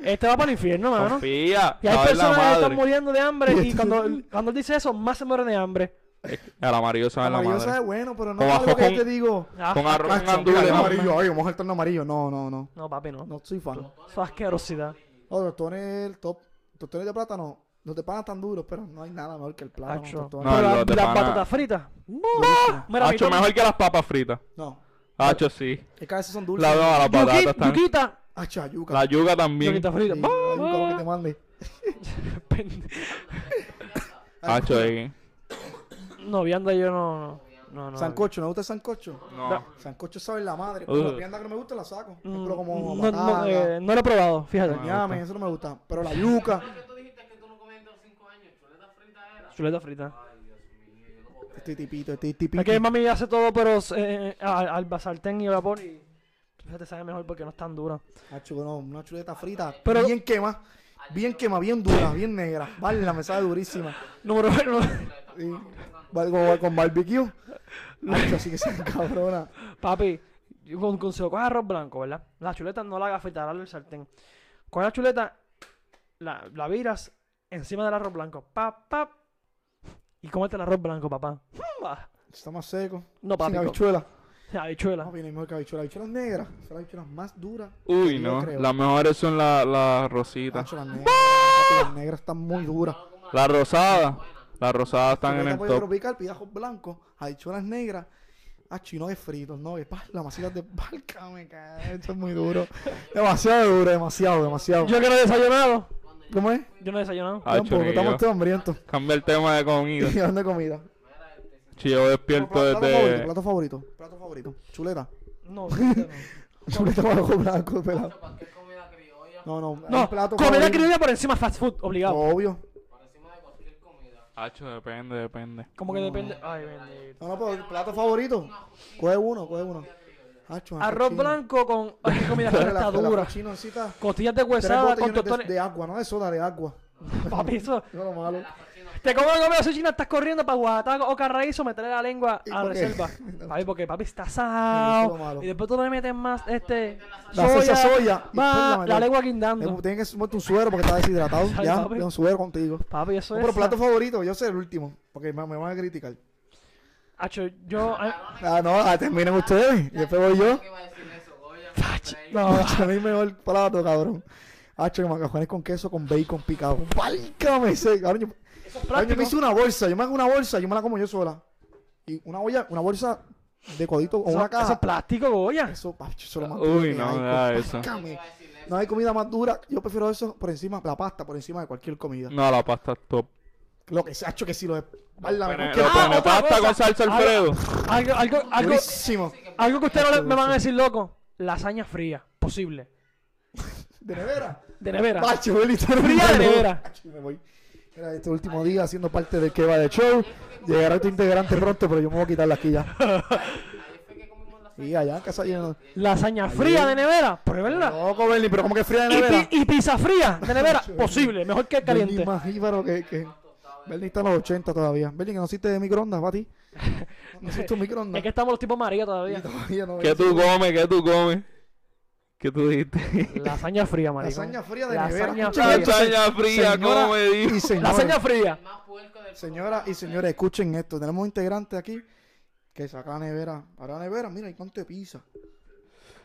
A: Este va para el infierno,
B: ¡Ah!
A: mano.
B: Confía.
A: Y hay
B: sabe la
A: personas que están
B: madre.
A: muriendo de hambre
B: <laughs>
A: y cuando, cuando él dice eso, más se mueren de hambre.
B: El amarillo sabe la
C: Amarillo
B: madre.
C: sabe bueno, pero no
B: Como
C: es algo que
B: ajo
C: yo te digo.
A: Ah,
B: Con arroz con
C: Macho,
B: gandules,
C: mira,
B: ¿no?
C: amarillo, oye, vamos al torno amarillo. No, no, no.
A: No, papi, no.
C: No soy fan.
A: Eso es asquerosidad.
C: No, los tostones, el top. Tostones de plátano. Los de pana tan duros, pero no hay nada mejor que el plátano.
A: Acho.
C: tostones.
B: No,
A: Pero
B: los
A: la-
B: de
A: las
B: pana-
A: patatas fritas.
C: Durísimo.
A: Mira,
B: Hacho,
A: mi
B: mejor que las papas fritas.
C: No,
B: Hacho, sí.
C: es que a veces son
B: La,
C: dulces.
B: no, las patatas
A: Yuqui-
B: están.
A: yuquita.
C: Hacho, ayuca.
B: La yuca también.
A: Yuquita frita.
C: Sí,
A: Bah,
C: ayuca, lo que
A: <laughs> Ah.
C: te mande.
A: pende-
B: Hacho, eh.
A: No, vianda yo no. no, No, no.
C: Sancocho, ¿no gusta el sancocho?
B: No.
C: Sancocho sabe la madre.
B: Uh.
C: Pero la vianda que no me gusta la saco. Por
A: Mm,
C: ejemplo, como
A: no, no,
C: batata,
A: eh, no lo he probado, fíjate.
C: ñame, eso no me gusta. Pero la yuca.
D: Tú dijiste que tú no comías de los 5 años, chuleta frita era.
A: Chuleta frita.
C: Este tipito, este tipito.
A: Es que mami hace todo, pero eh, al, al basartén y a vapor y. Fíjate, sabe mejor porque no es tan dura.
C: Hacho, no, una chuleta frita.
A: Pero-
C: bien quema. Bien quema, bien dura, bien negra. Vale, la me sabe durísima.
A: Número uno. <laughs>
C: Sí. Vale, con, con barbecue. Hacho, así que se cabrona.
A: Papi, yo con, con, se coge arroz blanco, ¿verdad? La chuleta no la hagas fritar, hazle el sartén. Con la chuleta, la, la viras encima del arroz blanco. Pa, pa. Y cómete el arroz blanco, papá. Mm, ah.
C: Está más seco.
A: No, papi.
C: Sin
A: con-
C: habichuela.
A: <laughs> La habichuela.
C: No, viene mejor que habichuela. Habichuelas negras. Son las habichuelas más duras.
B: Uy,
C: Yo
B: no.
C: creo.
B: Las mejores son las la
A: Ah,
B: rositas.
C: Hacho, las negras. papi, Las negras están muy duras.
B: Las rosadas. Las rosadas están en el
C: puede
B: top.
C: tropical, pidajos blancos, habichuelas negras, ah, no es fritos, no, es pa, la masita de <laughs> barca, me cae, esto es muy duro. Demasiado duro, demasiado, demasiado.
A: Yo que no he desayunado.
C: ¿Cómo es?
A: Yo no he desayunado.
B: Hacho,
C: Tampoco, pues, estamos
B: niño.
C: todos hambrientos.
B: Cambia el tema de
C: <laughs>
A: <laughs>
C: Y
B: comida.
C: hablando de comida.
B: Si yo despierto
C: Plato favorito,
B: desde.
C: plato favorito. Plato favorito. Chuleta. <laughs>
A: No, no.
C: Chuleta para ojos blancos, pelado.
D: Cualquier comida criolla,
C: No, no. hay
A: No,
C: un plato
A: comida
C: favorito.
A: criolla por encima fast food, obligado.
C: Obvio.
D: por encima de cualquier comida.
B: Hacho, depende, depende.
A: Como que depende. Ay, bendito.
C: No, no, pero plato favorito. Coge uno, coge uno. Hacho, un
A: Arroz
C: arrochino.
A: blanco
C: <laughs>
A: con. Ay, qué comida
C: Dale,
A: fría está
C: la- el
A: dura.
C: arrochino necesita
A: Costillas de
C: tres
A: huesada con
C: botellones de,
A: tostones.
C: de agua, no de soda, de agua.
A: Papi, eso.
C: Eso es lo malo.
A: Te como la comida china, estás corriendo para Guataco o Carraízo, meterle la lengua
C: ¿Y
A: a
C: por qué? <laughs>
A: reserva. Papi, porque papi está
C: Eso es lo
A: asado.
C: malo.
A: Y después tú le metes más este.
C: La salsa soya. y después
A: Va, la
C: metes.
A: lengua guindando.
C: Tienes Eh, tienes que sumarte un suero porque
A: <laughs>
C: está deshidratado.
A: Ay,
C: ya,
A: papi.
C: ya un suero contigo.
A: Papi, eso
C: No,
A: es.
C: pero plato favorito, yo sé el último. Porque me, me van a criticar.
A: Hacho, yo. ay,
C: Ah, no, ah, terminen ustedes. y Después voy yo.
D: ¿Qué va a decir eso, Goya?
A: No,
C: Hacho, no hay mejor plato, cabrón. Hacho, que macajones con queso, con bacon picado. ¡Válgame! ese, Cabrón, yo, cabrón, yo me hice una bolsa. Yo me hago una bolsa, yo me la como yo sola. Y una olla, una bolsa de codito o
A: eso,
C: una
A: eso es
C: caja.
A: plástico, Goya.
C: Eso, pacho, eso es lo más duro
B: Uy,
C: que
B: no,
C: hay,
B: nada de eso.
C: válgame. No hay comida más dura. Yo prefiero eso por encima, la pasta por encima de cualquier comida.
B: No, la pasta es top.
C: Lo que se ha hecho que si lo es. válgame,
B: Pene-
C: cualquier-
B: lo pone
A: otra
B: pasta
A: cosa.
B: con salsa
A: Ah,
B: Alfredo.
A: Algo, algo, algo,
C: Durísimo.
A: algo que ustedes no le- me van a decir, loco. Lasaña fría, posible.
C: ¿De nevera?
A: De nevera.
C: Pacho, Belito,
A: Fría de nevera.
C: Pacho, me voy. Era este último día haciendo parte del que va de show. Llegará tu integrante pronto, pero yo me voy a quitar la aquí ya. Y allá en casa lleno.
A: Lasaña fría de nevera, pruébenla.
C: Loco, Belly, pero como que fría de
A: Y,
C: nevera.
A: pi- y pizza fría
C: <laughs>
A: de nevera, posible. Mejor que
C: Belly
A: caliente.
C: más jíbaro que. que... Belly está en los 80 todavía. Belly, que no hiciste de microondas, para ti.
A: <laughs>
C: No hiciste un
A: Es
C: microondas.
A: que estamos los tipos María todavía.
C: Y todavía no
B: ¿Qué tú comes? ¿Qué tú comes? ¿Qué tú dijiste?
A: <laughs> Lasaña fría, maricón.
C: Lasaña fría de
A: Lasaña fría.
B: <laughs>
C: nevera. escuchen esto,
B: Lasaña fría,
C: señora
B: ¿cómo me dijo?
C: y señores.
A: Lasaña fría.
D: El más puerco del
C: Señoras y señores, escuchen esto. Tenemos integrantes aquí que saca la nevera. Ahora la nevera, mira, ¿y cuánto de pizza?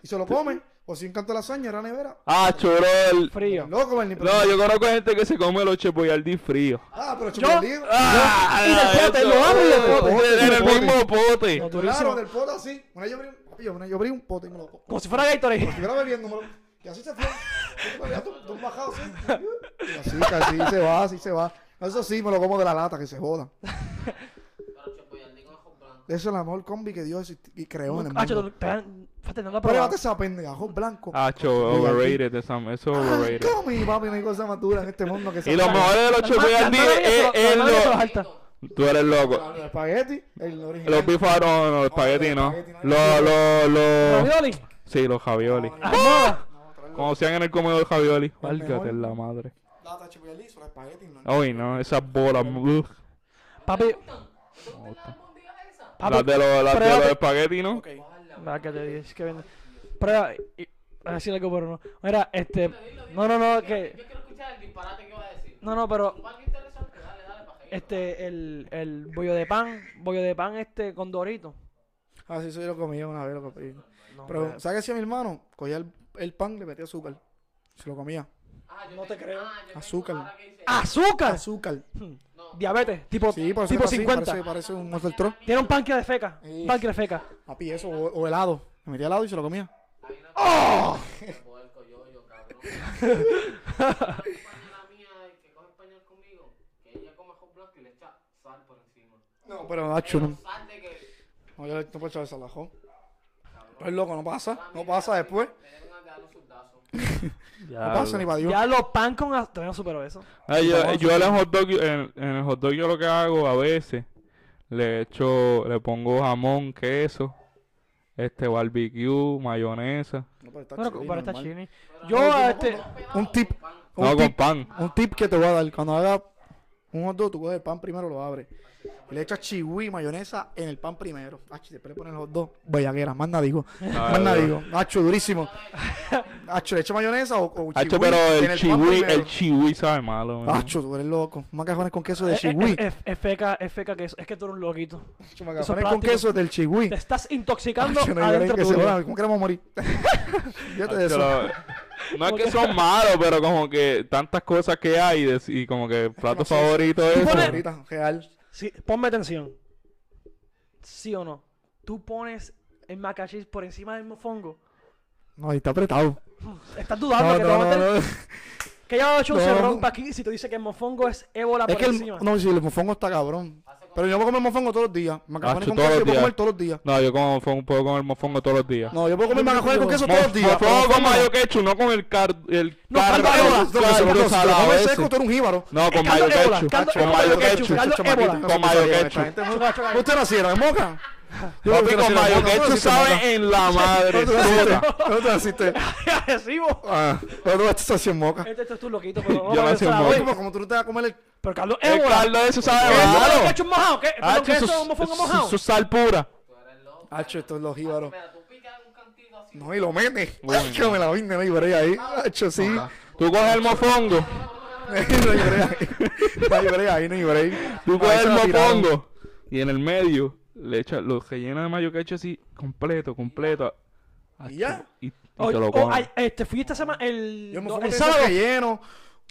C: Y se lo comen. O si encanta lasaña, era la nevera.
B: Ah, chorol.
A: Frío.
C: Loco, ni
B: No, yo conozco gente que se come los chepoyardí fríos.
C: Ah, pero chupolín.
B: Ah,
A: y del pote,
B: eso,
A: lo abro y del
B: eh,
A: pote.
B: En el
C: Pote.
B: mismo pote.
A: No,
C: Claro,
A: durísimo.
C: del pote así. Una yo abrí, papi, una yo abrí un pote y me lo como.
A: Como si fuera Gatorade.
C: Estuviera bebiendo, me lo... Y así se fue. Yo me veía todo- todo bajado, así. Y así, que así se va, así se va. Eso sí, me lo como de la lata, que se joda.
D: Pero Chapoyardín ojos blancos.
C: Eso es el amor combi que Dios exist- y creó en el
A: Hacho,
C: mundo.
A: te- te dan- fíjate, no lo he probado.
C: Pruébate esa pendeja, ojo blanco.
B: Ah, chorol,
C: Chepoyardí.
B: overrated, esa- eso
A: Ah,
B: es
C: Ay,
B: overrated.
C: combi, papi, no hay cosa más dura en este mundo que esa
B: Y los
C: pendeja.
B: mejores de los chepoyardí
A: Las madres
B: es
A: son- las
B: es
A: madres son
B: los...
A: altas.
B: Tú eres loco.
C: Los espaguetis, el original.
B: Los bifas no, no, los espaguetis no. Los, los, los...
A: Ravioli.
B: Sí, los javioli.
A: Almohada.
B: Conocían en el comedor javioli. Válgate
C: mejor.
B: la madre.
C: Lata, chipolín, son espaguetis, no.
B: Ay, no, esas bolas. ugh.
A: Papi,
B: Las de los, las de los
A: pruébate.
B: espaguetis, ¿no?
A: Va, que te dije que vende. Prueba. y- Voy a decir algo, pero no. Mira, este. No, no, no, que.
D: Yo quiero escuchar el disparate que va a decir.
A: No, no, pero.
D: Algo interesante, dale, dale, para seguir.
A: Este, el, el bollo de pan. Bollo de pan, este, con dorito.
C: Ah, sí, eso yo lo comía una vez, lo comí.
A: No,
C: Pero, ¿sabes qué hacía mi hermano? Cogía el, el pan, le metía azúcar. Se lo comía.
D: Ah, yo
A: no te creo.
D: Ah, yo
C: Azúcar.
D: tengo- ahora que dice-
A: ¡Azúcar!
C: Azúcar.
A: Hmm, Diabetes, tipo,
C: Sí, por eso
A: tipo
C: que parece-
A: 50.
C: Parece, parece un monster truck.
A: Tiene un páncreas de feca.
C: Sí.
A: Un páncreas de feca.
C: Papi, eso, o, o helado. Le metía helado y se lo comía.
D: Qué puerco, yo, yo,
B: <laughs>
D: cabrón. Una compañera mía que coge español conmigo, que ella come hot blanco y le echa sal por encima.
C: No, pero Nacho, no.
D: Sal de que
C: No, yo le no puedo echar esa lajo. Pero es loco, no pasa. No pasa después.
D: le den a dar un soldazo.
C: No pasa ni para Dios.
A: Ya los pan con. az- Todavía no supero eso.
C: Ah,
B: Ay, yo, yo en, el hot dog, en, en el hot dog yo lo que hago a veces, le echo, le pongo jamón, queso, este barbecue, mayonesa.
C: No, pero está
A: Bueno,
C: chilín,
A: pero está
C: normal.
A: chini.
C: No,
A: Yo,
C: no,
A: este.
C: Un tip. Un
B: No,
C: tip.
B: con pan.
C: Un tip que te voy a dar, cuando hagas un hot dog, tú coges el pan primero, lo abres. Y le echas chihui y mayonesa en el pan primero. Ah, Hacho, y después le pones los dos. Bellaguera, más nada digo.
B: Ah,
C: Más nada digo. Hacho, durísimo. Hacho, le echas mayonesa o, o
B: Hacho,
C: chigüí
B: pero
C: en
B: el
C: pan
B: chihui,
C: primero.
B: el chihui sabe malo. man.
C: Hacho, tú eres loco. Macajones con queso de
A: Es- es-
C: chihui.
A: es- Es feca, es feca queso. Es que tú eres un loquito.
C: Hacho,
A: eh, eso
C: macajones
A: es
C: con
A: plástico.
C: queso del chihui. <laughs>
A: Te estás intoxicando
C: Hacho, no llores
A: adentro
C: que se
A: tuyo.
C: jodan. ¿Cómo queremos morir? <laughs> Fíjate de
B: Hacho,
C: eso.
B: lo- no es que son malos, pero como que tantas cosas que hay de- y como que plato
C: sé.
B: favorito
C: Tú
B: es...
A: pones-
C: ahorita, real.
A: Sí, ponme atención. ¿Sí o no? Tú pones el macachis por encima del mofongo.
C: No, ahí está apretado.
A: Estás
C: No,
A: dudando Ah, que, te
C: no,
A: va a
C: no,
A: meter-
C: no.
A: que ya Ocho se
C: No.
A: rompa aquí si te dice que el mofongo es ébola
C: Es
A: por
C: que el,
A: encima. Ah,
C: no, si el mofongo está cabrón. Pero yo puedo comer mofongo todos los días. Macajones
B: Hacho,
C: con
B: Ah, todos los
C: queso yo puedo
B: días.
C: comer todos los días.
B: No, yo como, fon- puedo comer mofongo todos los días.
C: No, yo puedo comer macajones con queso todos los días.
B: Mofongo con
C: Mofongo.
B: mayo ketchup, no con el car... El
A: No,
B: cardo-
A: caldo ébola.
B: el caldo salado
C: comes
B: ese.
C: seco, tú eres un jíbaro.
B: No, con
A: caldo
B: mayo
A: ébola,
B: ketchup.
A: caldo
B: Con
A: ébola,
B: mayo
A: ketchup,
B: ketchup.
A: caldo ébola.
B: Con mayo ketchup.
C: Este ¿Usted nacieron en Moca?
B: Papi, con mayo ketchup sabe en la madre. puta.
C: ¿Dónde naciste?
A: agresivo.
C: Ah, ¿Dónde naciste en Moca?
A: Este, este es tú loquito, pero no
B: Yo
A: lo
B: nací
A: ves
B: un
A: a la
B: bobo.
A: vez.
C: Como, como tú no te vas a comer el...
A: Pero Carlos
B: El
A: ébola.
B: caldo ese sabe
A: ¿Qué es eso? ¿Qué
B: malo.
A: es un mojado? ¿Qué?
B: Ah,
A: ¿Perdón, ¿qué es
B: eso
A: eso?
B: es-
A: ¿Un mofongo
B: eso es-
A: mojado?
B: eso es sal pura.
C: Hacho, estos los jíbaros.
D: Pero tú picas un cantito así.
C: No, y lo metes. Hacho, me la vine, no lloré ahí. Hacho, sí.
B: Tú coges el mofongo. <laughs>
C: No lloré ahí. <laughs> No lloré ahí, no lloré ahí.
B: Tú
C: Ahí
B: coges
C: se
B: el
C: la tiraron.
B: mofongo. Y en el medio le echas, lo rellenas de mayo ketchup así, completo, completo.
C: Y ya.
B: Y, y
A: O-
B: te lo
A: o-
C: oh,
B: comes.
A: ay, este, fui esta semana el,
C: Yo me
A: do-
C: mofongo
A: el
C: el
A: sábado.
C: relleno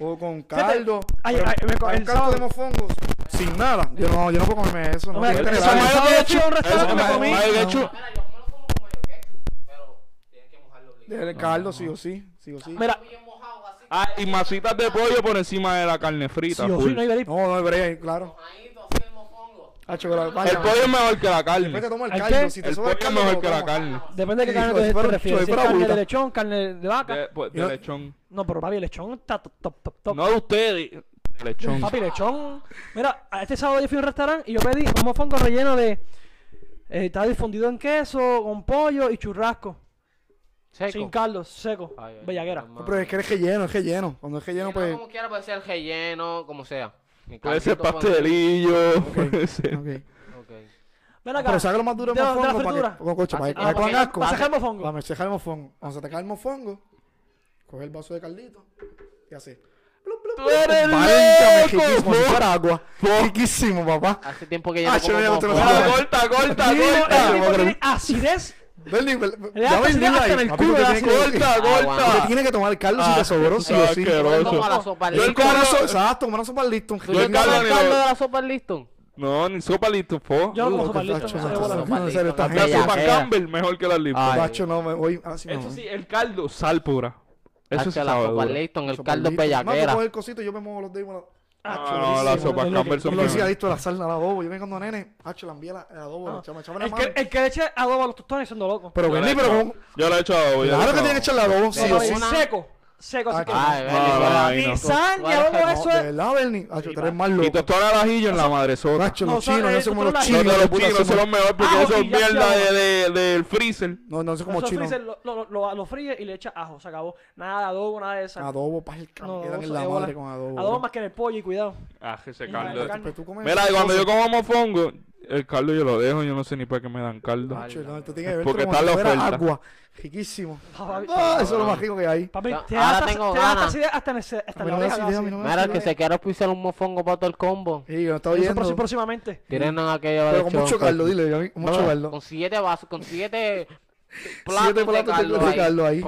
C: o con
A: Fíjate,
C: caldo.
A: ay,
C: pero
A: ay, me co-
C: hay un
A: el
C: caldo
A: sábado-
C: de mofongos sin nada. Yo no, yo no puedo comerme eso.
A: No,
C: No,
A: mira,
C: Tiene que
A: eso
C: tener
A: es
C: algo.
A: mayo ketchup, un restaurante
B: Eso
A: me
B: es
A: comí.
B: mayo
C: No.
B: ketchup.
D: Mira, yo me lo como con mayo ketchup, pero tienes que mojarlo bien.
C: Debe el caldo, sí o sí. Sí o sí.
A: Mira,
D: Bien mojado, así.
B: Ah, y masitas de pollo por encima de la carne frita.
A: sí o sí,
B: full.
A: no hay verí-
C: No, no, pero ahí, claro.
D: Mojadito, así el mofongo.
C: Hacho, pero
B: El
C: vaya.
B: pollo es mejor que la
C: Después
B: carne.
C: te tomo el
A: ¿El
C: caldo.
A: qué?
C: Si te
B: El
C: sobra
B: pollo
C: el
B: es
C: caldo,
B: mejor
C: lo
B: que la
C: tomo.
B: carne.
A: Depende de qué
C: Sí,
A: carne
C: hijo,
A: te,
C: si
A: te
C: fuera un Eh.
A: refieres.
C: show,
A: Si
C: fuera
A: es carne
C: burrito.
A: de lechón, carne de vaca.
B: De, pues, de
C: Yo-
B: lechón.
A: No, pero papi, el lechón está top, top, top, top.
B: No de ustedes. De lechón.
A: Papi, lechón. Mira, a este sábado yo fui a un restaurante y yo pedí un mofongo relleno de. eh, está difundido en queso, con pollo y churrasco.
E: Seco.
A: Sin caldo, seco.
E: Ay, ay,
A: bellaguera.
E: normal.
C: No, pero es que es relleno, es relleno. Cuando es relleno,
E: Relleno
C: pues.
E: Como quiera, puede ser relleno, como sea. Mi
B: Puede ser
E: caldito con-
B: pastelillo. puede ser-
C: Ok.
E: Ok.
A: Ven acá.
C: Ah, Pero sácalo más duro
A: De
C: el
A: la- de la
C: mofongo para
A: fritura.
C: que. Cocho, para que
E: Ah,
C: para que
E: para
C: cojan
E: que-
C: asco.
A: Para sacar el mofongo.
C: Para secar el mofongo. Cuando se te cae el mofongo, coge el vaso de caldito y así.
B: ¡Tú eres
C: Valencia
B: loco!
C: como si fuera agua. Riquísimo, papá.
E: Hace tiempo que ya
C: Ah,
E: no
C: yo no
E: como
C: te lo
E: mofongo.
C: sabía.
B: corta, corta,
A: El tipo-
B: corta!
A: el este tipo
C: Madre.
A: tiene acidez.
C: Bernie, ve- ve-
A: Le das
C: ven,
A: así,
C: dile
A: hasta
C: ahí.
A: en el
C: Papi,
A: culo,
C: tú
A: le
C: tienes que-
B: ¡Corta,
C: tú te
B: corta!
C: tienes que tomar el caldo si te sobró, sí
B: Ah,
C: o sí.
B: asqueroso.
E: Yo como la sopa
B: Yo
C: Yo el
E: Liston.
B: caldo-
C: caldo, exacto, una sopa liston.
E: ¿Tú
B: yo
E: te
B: el caldo
E: comes
B: ni
E: el
B: lo-
E: caldo de la sopa Liston?
B: No, ni sopa listo, po.
A: Yo no como
C: Loco,
A: sopa listo.
C: tacho,
A: no sé,
C: no,
A: bola.
C: no, en serio, está
B: La
E: Bella,
B: sopa
E: bella.
B: Campbell mejor que la listo.
E: Ay.
C: Bacho, Ah, no, me voy. ah, sí, me
B: Eso
C: voy.
B: sí, el caldo, sal pura. Eso sí
E: Hace la
B: sabe
E: sopa
B: duro.
E: Liston, el
C: Sopa
E: caldo es
C: liston. Más
E: bellaquera.
C: te coge el cosito y yo me muevo los dedos. y me lo- Ah,
A: Ah,
B: No, no, la sopa Campbell son
C: Yo lo decía
B: mejores.
C: listo, la sal, la adobo. Yo vengo cuando nene, hacho, la envía la la adobo.
A: Ah.
C: la chama- chama la
A: El
C: mano.
A: que, el que le eche adobo a los tostones siendo loco.
C: Pero
B: Yo
C: Bernie,
B: le
C: pero
B: echo-
C: ¿cómo?
B: Yo la he hecho adobo. yo le he
C: Claro
B: hecho
C: que tiene que
B: adobo.
C: echarle adobo, sí
E: No,
C: o
A: Y
C: sí.
E: una-
A: seco. Seco, así
C: Ah,
A: que.
E: Ay,
B: No, no, no,
E: Bernie,
B: ahí
A: Ni
B: no.
A: sal, ni
E: Tú
A: adobo,
E: eres
A: eso
C: De
A: es.
C: verdad, Bernie. Hacho, tú eres más
B: Y
C: loco.
B: tostón al ajillo en la madre sota.
C: Macho,
A: No,
C: los
A: son-
C: chinos,
A: eh,
C: no sé cómo
A: tú
C: los
A: la-
B: No,
C: chinos.
B: no, los
C: puta,
B: chinos son los mejores porque
A: Ah,
B: esos
A: y ya
B: mierda
A: se
B: de, de- del freezer.
C: No, no sé cómo
A: Eso
C: chinos.
A: freezer lo, lo, lo, lo fríe y le echa ajo, se acabó. Nada de adobo, nada de esa.
C: Adobo, pa' el
A: No,
C: cam, quedan en
A: eso
C: la
A: es bola.
C: madre con adobo.
A: Adobo más que en el pollo y cuidado. <laughs>
B: Ah, que se
A: Y la-
B: caldo.
A: la carne.
C: Pero tú comes
B: Mira, y cuando yo
C: cosas,
B: como mofongo, el caldo yo lo dejo, yo no sé ni para qué me dan caldo.
C: macho, no, te tiene que ver
B: Porque
C: como
B: está
C: si
B: la
C: fuera
B: oferta.
C: agua. Riquísimo.
A: Papi,
C: Ah, eso es lo más rico que hay.
A: papi,
E: Ahora
A: te da hasta-
E: tengo
A: te da hasta
E: ganas.
A: acidez hasta en ese- hasta
C: A mí
A: en la
C: no me
A: oreja.
C: hace
A: da
C: idea, a mí
A: acidez.
C: no me
E: Mira,
C: hace
E: el que
C: idea.
E: se quiera pisar un mofongo para todo el combo.
C: Sí, yo no estaba
A: Eso
C: oyendo.
A: próxim- próximamente.
E: Tienen a que llevar
C: Eh, Pero
E: el
C: con
E: chonco.
C: mucho caldo, dile. yo a mí, con Mucho caldo.
E: Con siete vasos, con
C: <laughs>
E: siete platos de
C: platos de-
E: caldo
C: de
E: ahí.
C: caldo ahí.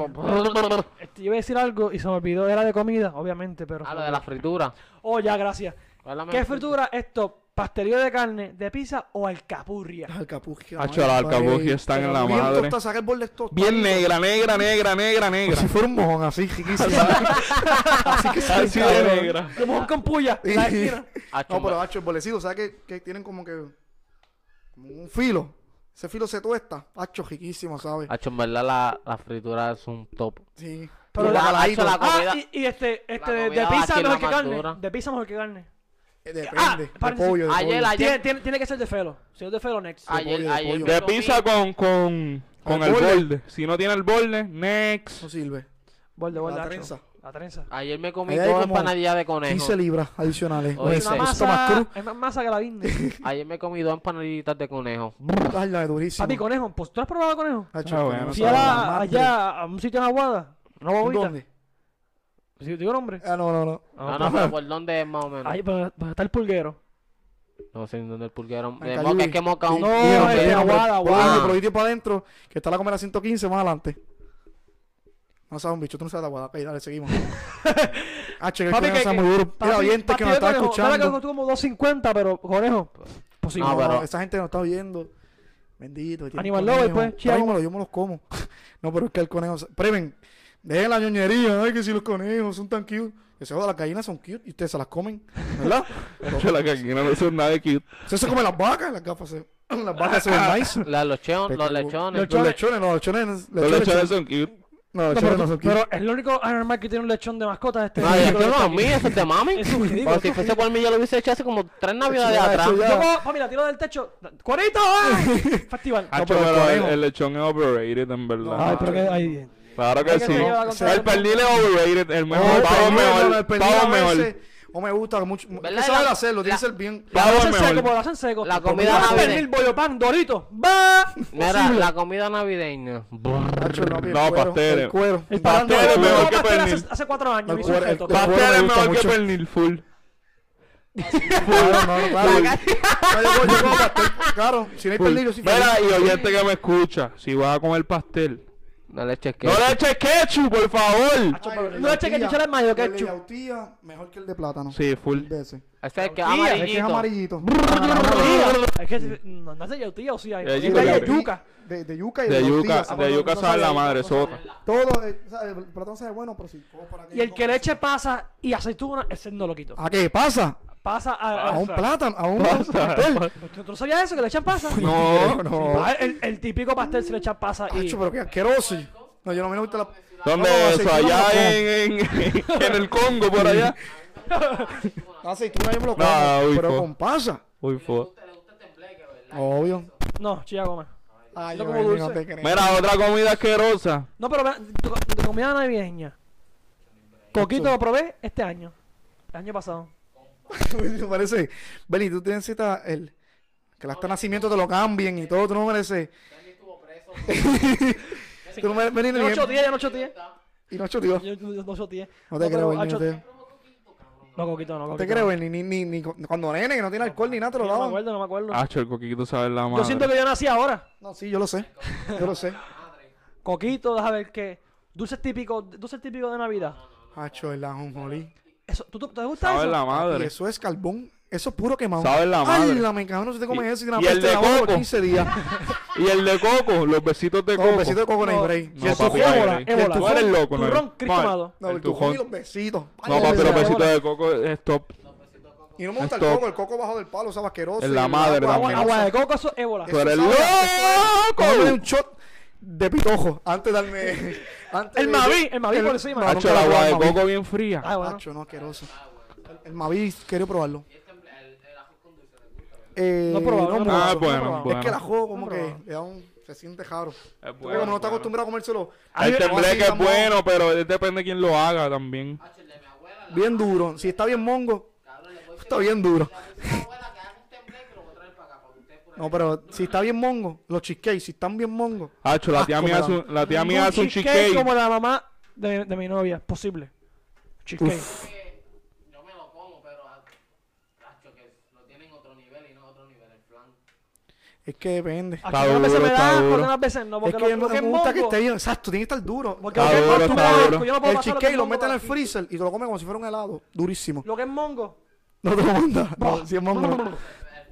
A: Este, yo iba a decir algo y se me olvidó. Era de comida, obviamente, pero.
E: <laughs> Ah, lo de la fritura.
A: Oh, ya, gracias.
E: Háblame
A: ¿Qué
E: de
A: fritura esto? ¿Pastelillo de carne, de pizza o alcapurria?
C: Las alcapurrias.
B: Hacho, las alcapurrias están en la madre.
C: Bien sacar el borde esto.
B: Bien negra, negra, negra, negra, negra.
C: Si fuera un
B: <laughs>
C: mojón así, riquísimo. así que sabe,
B: Así de
C: cabrón.
B: negra.
A: De mojón con
C: <laughs>
A: puya. en la esquina.
E: Ah,
C: No,
E: chumba.
C: pero hacho, el bolecito, ¿sabes que, que tienen como que como un filo? Ese filo se tuesta. Hacho, riquísimo, ¿sabes?
E: Hacho, ah, en verdad la, la fritura es un top.
C: Sí.
A: Pero
C: Y
A: la-
C: bacalaíto.
E: hacho, la- comida-
A: Ah, y, y este, este de,
E: comida
A: de
E: va aquí
A: pizza
E: en
A: mejor
E: la
A: que carne.
E: madura.
A: De pizza mejor que carne.
C: eh, Depende.
A: Ah,
C: de
A: parece-
C: pollo, de
E: Ayer,
C: pollo.
E: ayer,
A: Tiene, tiene, tiene que ser de felo. Si no es de felo, next.
E: ayer,
C: pollo, de
E: ayer.
C: pollo.
B: De
E: yo
B: pizza
E: comí-
B: con, con, con
C: Al
B: el
C: borde.
B: borde. Si no tiene el borde, next.
C: No sirve.
A: Borde, borde,
C: La
A: hacho.
C: trenza.
A: La trenza.
E: Ayer me comí
C: Ayer hay
E: dos
C: como
E: empanadillas de conejo.
C: 15 libras adicionales.
E: Oye,
A: Es
C: Eso,
A: una
E: sí.
C: eso está más
A: masa,
C: cru.
A: es más masa que la vinde.
C: <laughs>
E: Ayer me comí dos empanaditas de conejo.
C: Ay, la de durísimo.
A: Papi, conejo. Pues, ¿Tú has probado conejo?
C: Hacho,
B: Ah,
C: que
B: bueno,
C: no
B: Vamos
A: Si
B: a
C: sabe la
A: era
C: madre.
A: allá a un sitio en Aguada. No
C: ¿En
A: bobita.
C: ¿Dónde?
A: Si digo nombre.
C: Ah, no, no, no.
E: No, no, pero ¿por dónde es más o menos?
A: Ahí pues, pues, está el pulguero.
E: No sé en dónde el pulguero.
C: En
E: De
D: Eh,
E: moca, es
C: Cayubi.
E: que moca
C: Sí,
E: un...
A: No,
C: dijeron,
A: este,
C: dijeron,
A: Aguada,
C: por ahí,
E: Aguada.
C: Por ahí tiempo adentro, que está la comer a 115 más adelante. No sabes un bicho, tú no sabes de Aguada. Ok, dale, seguimos. Hacho, que el
A: Papi,
C: conejo
A: que-
C: está muy duro. Mira, oyentes que nos están
A: Ahora que
C: escuchando.
A: costó como 250, pero conejo. Pues sí,
E: No,
A: no,
C: No,
E: pero-
C: esa gente no está oyendo. Bendito. tiene
A: Animal
C: conejo.
A: Lover, pues, chía.
C: Tráemelo, yo me los como. no, pero es que el conejo. se- Preven, dejen la ñoñería. Ay, que si los conejos son tan cute. Que se joda, las gallinas son cute y ustedes se las comen, ¿verdad?
B: <laughs> Yo la caquina no son nada de cute.
C: Ustedes se comen las vacas, las gafas se. Las vacas se ven nice.
E: La- los, cheon-
C: Pero-
E: los lechones.
C: Los lechones, no, los lechones.
B: Los lechones son cute.
C: No, los
A: pero,
C: lechones no son cute.
A: pero es lo único anormal que tiene un lechón de mascota este.
E: No, yo
A: Yo
E: no, a mí, eso es de mami.
A: Es un ridículo.
E: Porque si fuese por mí, yo lo hubiese hecho hace como tres navidades
C: Ya,
E: atrás.
C: eso ya-
A: puedo- papi, la tiro del techo. ¡Cuarito! ¡Ay! Festival.
B: Hacho,
C: pero el
B: Ah, pero el,
C: conejo.
B: el lechón es overrated, en verdad.
A: Ay, pero que. Ay,
B: Claro que
A: Hay que
B: sí.
A: se lleva la
B: El
A: contraria.
B: pernil es overrated. El
C: No,
B: mejor. Pavo
C: pero no, no,
B: mejor.
C: el pernil
B: Pavo
C: a
B: mejor.
C: veces No me gusta mucho.
E: ¿Verdad?
C: Eso sabe
E: La-
C: hacerlo, tiene
E: la-
C: que ser bien.
A: la
B: Pavo
A: hacen seco, pues,
B: mejor.
A: la hacen seco.
E: La
A: Por
E: comida
A: favor,
E: navideña.
A: pernil, bollo, pan, dorito. ¡Va!
E: Mira, la comida navideña.
C: Hacho, no,
B: No,
C: el cuero,
B: pasteles.
C: El cuero.
A: El
B: pastel
A: pastel,
B: es
A: no,
B: mejor
A: no,
B: que
A: pastel hace,
B: pernil.
A: hace cuatro años.
C: No,
A: me hizo
C: el- el-
A: efecto.
C: el-
A: Papi,
B: Pastel
C: me
B: es
C: gusta
B: mejor que
C: mucho.
B: pernil full.
C: No, no, no, claro. No, yo como- yo como pastel, pues, Claro, si no hay pernil, yo sí.
B: Mira,
C: feliz.
B: y oyente que me escucha, si vas a comer pastel,
E: No le eches que.
B: no le eches ketchup, por favor.
A: Hacho,
C: Ay,
A: pero
C: el
A: No
C: de
A: eche que
C: yautía,
A: chichar el mayo,
C: El de
A: ketchup.
C: yautía, mejor que el de plátano.
B: Sí, full.
C: Mil veces.
E: Este es que
A: Tía,
C: Ese es
E: amarillito.
C: amarillito.
A: Es que no, no es de yautía o sí hay.
B: De
A: Es
B: yuca.
A: de yuca.
C: De, de yuca y de,
B: De
C: yautía,
B: yuca,
C: sí,
B: de
C: no,
B: yuca
C: no
B: sabe la
C: sabe-
B: madre,
C: no
B: sopa.
C: Todo, eh, sabe, el plátano sabe bueno, pero sí. como para
A: Y el que le eche pasa y aceituna, ese no lo quito.
C: ¿A qué pasa?
A: Pasa a.
C: A un
A: a-
C: plátano, a un
B: Pasa. <laughs>
C: pastel.
A: ¿Tú tú no sabías eso? Que le echan pasa.
B: No,
C: no.
A: Ah, El, el típico pastel se le echa pasa y.
C: Hacho, pero qué asqueroso. No, yo no me gusta la.
B: ¿Dónde
C: No,
B: es eso?
C: aceituna no
B: Allá
C: como.
B: en, en- en el Congo, por allá.
C: La aceituna yo me lo
B: No,
C: como.
B: uy,
C: pero
B: po.
C: con pasa.
B: Uy, fo.
C: Obvio.
A: No, chilla goma.
C: Ay,
A: Yo
C: yo
A: como
C: como
A: dulce.
C: No te <laughs> creo.
B: Mira, otra comida asquerosa.
A: No, pero vean, de co- de comida navideña. Coquito lo probé este año. El año pasado.
C: Me parece. Beli, tú tienes cita el Que el acta de nacimiento te lo cambien y todo, tú no mereces. <laughs>
D: Danny estuvo preso.
C: Tú no mereces
A: En
C: ni-
A: 8-10, en 8-10.
C: Y no chulió.
A: Yo- yo- yo- No 8-10.
C: No te
A: No,
C: creo,
A: pero,
C: Bernie. No
A: Acho,
C: te,
A: No, Coquito, no,
C: no
A: Coquito.
C: te creo, Bernie. Ni, ni, ni cu- cuando nene, que no tiene alcohol ni nada, te lo
A: No me
C: daban.
A: acuerdo, no me acuerdo.
B: Hacho, el coquito sabe la Ah, madre.
A: Yo siento que yo nací ahora.
C: No, sí, yo lo sé. Yo lo sé.
A: Coquito, déjame ver qué. Dulces típicos, dulces típicos de Navidad.
C: Hacho, el ajonjolí.
A: Eso, ¿tú, tú- ¿Te gusta
B: Sabe
A: eso?
B: la
C: Y
B: madre.
C: eso es carbón. Eso es puro quemado.
B: Sabe la madre.
C: Ay, la me cabrón, si te comes
B: Y-
C: eso y te la
B: y el
C: peste
B: de
C: la boca por
B: coco.
C: 15 días.
B: Y <laughs> el de coco, los besitos de
C: Con
B: coco.
C: los besitos de coco en el
A: No.
C: break.
B: No,
C: y el
B: papi,
C: tufón,
B: ahí,
C: hola.
B: ahí.
C: Y el
A: Ébola.
B: Tú
C: tufón.
B: eres loco, ¿no?
A: Turrón, Cristo
B: Mal.
A: amado.
C: No,
B: El
C: el tufón y
B: tujón.
C: los besitos.
B: No,
C: Ay,
B: papi,
C: la
B: los
A: Ahora.
B: besitos de coco es top.
C: Y no me gusta el
B: Esto-
C: coco, el coco bajo del palo, es asqueroso.
B: En
C: y
B: la
C: el
B: madre
C: agua-
A: Agua,
B: también.
A: agua de coco, eso es ébola.
B: Tú eres
C: sabe a-
B: loco.
C: Cómeme un shot de pitojo antes
B: <laughs>
C: de darme. antes
A: El
C: de-
A: Maví, el Maví por encima.
C: No,
B: Hacho, el
C: nunca lo
B: agua
C: he
B: de
C: probado, Maví.
B: coco bien fría.
A: Ah, bueno.
C: Hacho, no, asqueroso. El Maví, quiero probarlo.
A: No
C: Eh,
A: he probado, no he
C: no
A: probado,
B: Ah,
C: mucho.
A: no he
B: bueno,
A: probado.
B: bueno.
C: Es que el ajo como
A: No he
C: que
A: probado.
C: le da un... Se siente jaro.
B: Es
C: Porque como no está
B: bueno.
C: acostumbrado a comérselo...
B: El
C: así,
B: tembleque es
C: vamos,
B: bueno, pero depende de quién lo haga también.
C: Bien duro. Si está bien mongo, está bien duro. No, pero si está bien mongo, los cheesecakes, si están bien mongo.
B: Hacho, la tía
C: Asco,
B: mía
C: me
B: hace
C: da.
B: un, la tía mía hace un
A: como
B: cheesecake.
A: la mamá de, de mi novia. Posible. Cheesecake.
D: Yo me lo como, pero ah, cacho, que lo tienen otro nivel y no otro nivel. El flan.
C: Es que depende.
A: Aquí
B: Está
A: unas veces
B: duro,
A: me
B: está
A: da asco,
B: duro.
A: unas veces no.
C: Es
A: Porque
C: que
A: lo,
C: no
A: lo Ah, que
C: me
A: es
C: gusta que
A: mongo-
C: esté bien. Exacto, tiene que estar duro.
A: Porque
B: Está
A: lo que es
B: duro,
A: mongo, tú me
B: está
A: das
B: duro.
A: asco, yo no puedo
C: El
A: pasar lo que
C: cheesecake
A: es
C: lo
A: mongo
C: meten en el
A: aquí.
C: freezer y te lo comes como si fuera un helado. Durísimo.
A: Lo que es mongo.
C: No te lo mandas. No, si es mongo. no.
D: El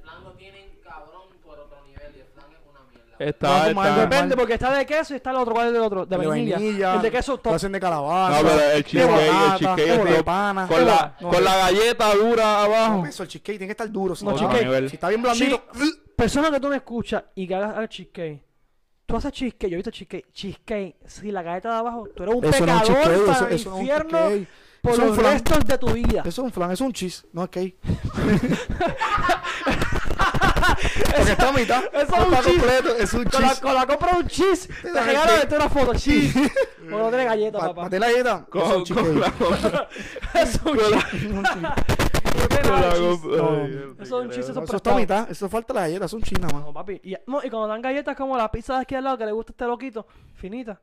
D: flan lo tienen cabrón por otro nivel y el flan es una mierda.
B: Está,
C: Vamos a comer
B: está.
C: de-
A: Depende, porque está de queso y está el otro. ¿Cuál es el otro? De
C: El
A: vainilla. El de queso
C: Lo
A: top.
C: hacen de
B: No,
C: calabaza.
B: pero el cheesecake, el
C: batata,
B: cheesecake
C: de
B: es
C: pana.
B: top. Con la,
C: No,
B: con la galleta dura abajo.
C: no, Eso, el cheesecake tiene que estar duro. Si
A: No,
C: no,
B: Otro
A: cheesecake.
B: nivel.
C: si está bien blandito. ¡uh!
A: Persona que tú me escuchas y que hagas, hagas cheesecake. Tú haces cheesecake, yo he visto cheesecake. Cheesecake, si la galleta de abajo, tú eres un
C: Eso no es un
A: pecador
C: cheesecake,
A: para
C: eso-
A: el
C: eso no es un
A: infierno
C: cheesecake.
A: por
C: Eso es un
A: los
C: flan.
A: restos de tu vida.
C: Eso es un flan, eso es un cheese, no es cake. Porque
A: <laughs>
C: está a
B: <laughs>
C: mitad.
A: eso es
C: no
A: un
C: está
A: cheese.
C: completo, es un
A: Con la,
C: cheese. Este
A: con la compra de un cheese, te
C: la
A: regalo de
C: gente-
A: toda una foto, cheese. O no tiene galleta,
C: Pa-
A: papá.
C: Paté la galleta.
B: Con,
C: eso es un
B: con la
C: cheesecake.
A: Es un cheese. No tiene
B: con
A: nada de cheese. Eso
B: la- Ay,
A: es
B: Dios,
A: un chiste,
B: te
A: eso
C: No,
A: es
C: Eso está a
A: prestado.
C: mitad, eso falta la galleta, es un cheese nada más.
A: No, papi. Y, no, y cuando dan galletas como la pizza de aquí al lado que le gusta a este loquito, finita.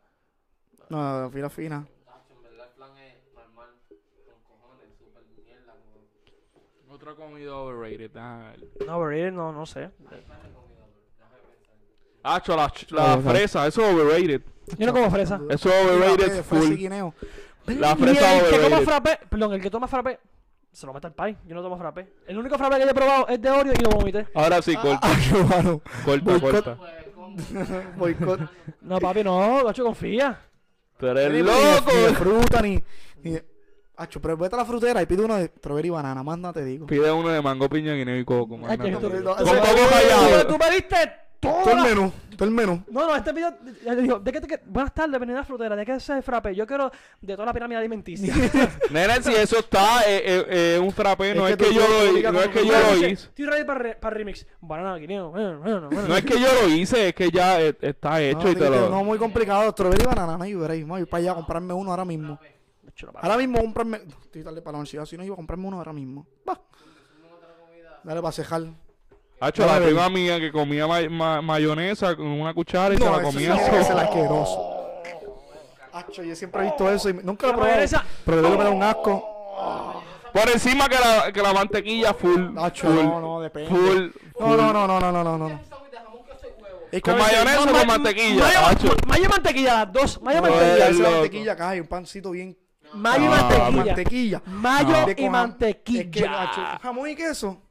C: No, fila fina.
D: Cacho, en verdad el flan es normal. Con cojones, súper mierda. como-
B: creo. Otra comida overrated. ah.
A: No, pero no, no sé.
B: Hacho, la, ch- la
C: Ajá.
B: fresa, eso es overrated.
A: Yo no como fresa.
B: Eso es
C: Fila,
B: overrated
C: pe, fresa y
B: full.
C: guineo.
B: La
A: Y
B: fresa
A: Pues, el que toma
B: overrated.
A: frappé, perdón, el que toma frappé, se lo mata al pay. Yo no tomo frappé. El único frappé que yo he probado es de Oreo y lo vomité.
B: Ahora sí, corta,
C: Ah, qué bueno.
B: corta,
C: boicot.
B: corta.
C: Boicot.
A: No, papi, no, gacho, confía.
B: Tú
C: Ni
B: eres
C: de- Ni de
B: loco.
C: fruta, ni. ni de- Acho, pero vete a la frutera y pide uno de strawberry y banana, más nada te digo.
B: Pide uno de mango, piña, guineo y coco.
A: Ay, que
B: imagínate.
A: tú-
C: Con
A: tú-
B: coco
A: tú-
B: rallado.
A: Tú pediste
C: Todo
A: todo.
C: el menú, todo el menú.
A: No, no, este video le digo, ¿de qué te que- Buenas tardes, venid a la frutera, ¿de qué es el frappé? Yo quiero de toda la pirámide
B: <laughs>
A: alimenticia.
B: Nena, si eso está, eh, eh, eh, un frappé,
C: Es
B: no
C: que
B: es que
C: tú
B: yo
C: tienes que
B: lo hice,
C: comunicar
B: no es
C: con
B: que
C: tu
B: yo
A: Bueno,
B: lo
A: dice,
B: hice.
A: Estoy ready para, re- para remix. Banana, guineo, bueno, bueno, bueno.
B: No es que yo lo hice, es que ya eh, está hecho
C: no,
B: y te
C: digo,
B: lo...
C: no, muy complicado. Strawberry y banana, no, yo veréis. Voy para allá a comprarme uno ahora mismo.
A: Chulo,
B: Ah,
A: papi.
C: Ahora mismo comprarme. Estoy tarde para la universidad, si no iba a comprarme uno ahora mismo. Va. Dale para cejar.
B: Hacho, la
C: Ay.
B: prima mía que comía ma- ma- mayonesa con una cuchara y se la
C: eso
B: comía
C: sí que es el
B: sola.
C: asqueroso. Acho, yo siempre he visto eso y nunca
A: La
C: lo he probado.
A: mayonesa.
C: Pero debe me da un asco.
B: Por encima que la, que la mantequilla full,
C: Acho,
B: full,
C: no, no, depende.
B: full.
C: No, no, no, no, no, no, no, no. Es que
B: ¿Con
C: a veces-
B: mayonesa o
A: ma-
B: con mantequilla?
A: mayo-
B: Hacho.
A: ma- Mayo y mantequilla, las dos. Mayo y
B: No,
A: mantequilla.
C: mantequilla,
B: es
C: esa
B: loco.
C: mantequilla acá hay un pancito bien.
A: Mayo y
B: Ah,
C: Ah,
A: mantequilla.
C: mantequilla.
A: Mayo
C: De
A: y
C: con jam- Es que, ah,
A: mantequilla.
C: acho, jamón y queso.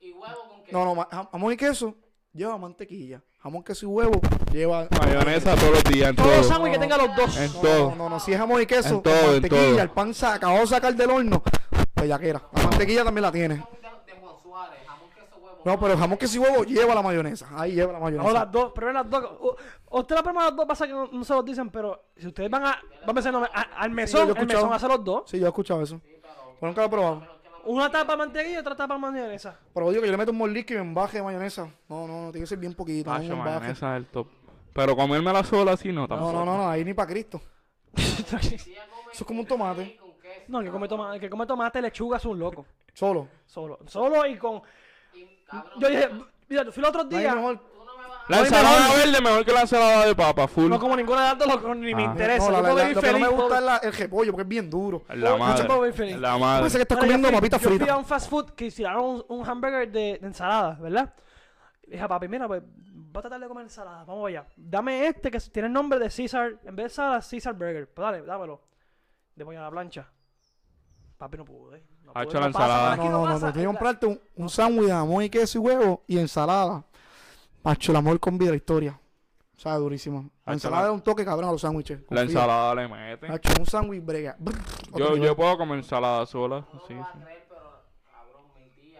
D: Y huevo con queso.
C: No, no, ma- jam- jamón y queso lleva mantequilla. Jamón, queso y huevo lleva.
B: Mayonesa todos los días, en
A: Todo
B: todo.
A: sándwich que tenga los dos.
B: En
C: No,
B: todo.
C: No, no, no, si es jamón y queso,
B: En todo,
C: con
B: en todo.
C: mantequilla, el pan sa- acabado de sacar del horno, pues bellaquera. La mantequilla también la tiene.
D: De Juan Suárez, jamón, queso, huevo.
C: No, pero el jamón, queso y huevo lleva la mayonesa. Ahí lleva la mayonesa.
A: O las dos, pero las dos. o- Usted la prueba las dos, pasa que no, no se los dicen, pero si ustedes van a. Van a hacer, no, a- al mesón,
C: yo he
A: el
C: escuchado.
A: mesón hace los dos.
C: Sí, yo he escuchado eso. Pero nunca lo he probado.
A: Una tapa de mantequilla y otra tapa de mayonesa. <laughs>
C: Pero digo que yo le meto un mordisco y me embaje de mayonesa. No, no, no, tiene que ser bien poquito. no, un
B: Hacho,
C: embaje.
B: mayonesa es el top. Pero comérmela sola así no
C: No,
B: tampoco.
C: no, no, no, ahí ni para Cristo. Eso es como un tomate,
A: No, el que come tomate, el que come tomate lechuga es un loco.
C: solo.
A: Solo. Solo y con. Yo dije, Mira, yo fui el otro
C: No hay
A: día.
C: mejor-
B: La ensalada verde mejor que la ensalada de papa, full.
A: No como ninguna de las dos, lo que- ni me
B: Ah.
A: interesa.
C: No, la
A: yo puedo
C: verdad,
A: vivir
C: lo que no
A: feliz.
C: me gusta es la- el repollo porque es bien duro.
B: la madre.
A: puedo vivir feliz.
B: La
C: Parece que
B: madre.
C: estás
A: Bueno, yo
C: comiendo
A: fui-
C: papitas
A: Yo fui a
C: fritas.
A: un fast food que hicieron un, un hamburger de, de ensalada, ¿verdad? Le dije a papi, mira, pues voy a tratar de comer ensalada, vamos allá. Dame este que tiene el nombre de Caesar, en vez de ensalada, Caesar Burger. Pues dale, dámelo. De pollo a la plancha. Papi, no pude. No
B: Ha
A: pude,
B: hecho la
A: no pasa,
B: ensalada.
A: aquí
C: No, no, no,
A: pasa.
C: no. Tienes que comprarte un, un sándwich de jamón y queso y huevo y ensalada. Macho, el amor con vida la historia. O sea, durísimo.
B: Macho,
C: La ensalada
B: la-
C: da un toque cabrón a los sándwiches.
B: La
C: confía.
B: ensalada le mete.
C: Macho, un sándwich brega. Brr, otro
B: Yo,
C: nivel.
B: yo puedo comer ensalada sola.
D: No
B: Sí,
D: lo vas
B: sí.
D: a creer, pero cabrón, mi tía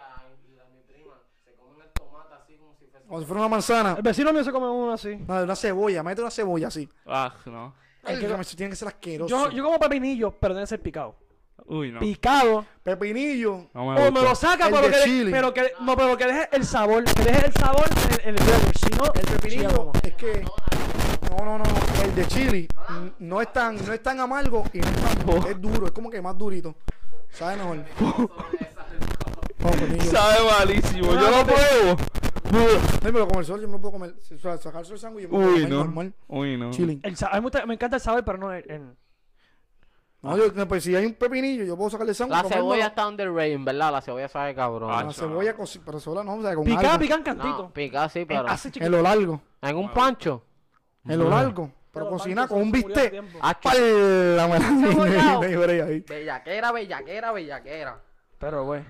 D: y la- mi prima se comen el tomate así como si fuese.
C: Como si fuera una manzana.
A: El vecino mío se come uno así.
C: No, una cebolla. Mete una cebolla así.
B: Ah, no.
C: Ay,
A: que-
C: macho, tiene que ser asqueroso.
A: Yo, yo como pepinillo, pero debe ser picado.
B: Uy, no.
A: Picado.
C: Pepinillo.
B: No
A: O
B: Ah.
A: me
B: me
A: lo
B: gusta.
A: saca,
C: El
A: pero
C: de
A: que,
C: chili.
A: pero que. No, pero que deje el sabor. Que deje el sabor en el burger. Si no,
C: El
A: sí lo
C: pepinillo
A: como.
C: es que. No, no, no. no. El de chili mm, no es tan, no es tan amargo y no es tan.
B: Oh.
C: Es duro, es como que más durito. ¿Sabes
B: <laughs>
C: mejor? No, pepinillo.
B: Sabe malísimo. Yo lo pruebo.
C: No, pero con el sol yo me lo puedo comer. O sea, sacarse el sándwich yo me lo puedo
B: Uy,
C: comer
B: no. Mm.
C: normal.
B: Uy, no.
C: Chilling.
A: El sa- a mí me gusta- me encanta el sabor, pero no el. el-
C: No, yo, no, pues si hay un pepinillo, yo puedo sacarle el sándwich.
E: La
C: comérmelo.
E: cebolla está underrated, ¿verdad? La cebolla sabe cabrón.
B: Ah,
C: La cebolla, cosi- pero sola no, o sea, con
A: Picada,
C: algo.
A: picada en
E: no,
A: cantito.
E: pica sí, pero.
A: Así
C: En
A: chiquito.
C: lo largo,
E: En un pancho.
C: en lo largo. Pero cocina con un bistec. <laughs> Ah.
E: Hacho.
C: ¡Pala, madre! No hay-
E: Cebollao.
C: <laughs> no hay break ahí.
E: Bellaquera, bellaquera, bellaquera.
A: Pero, güey.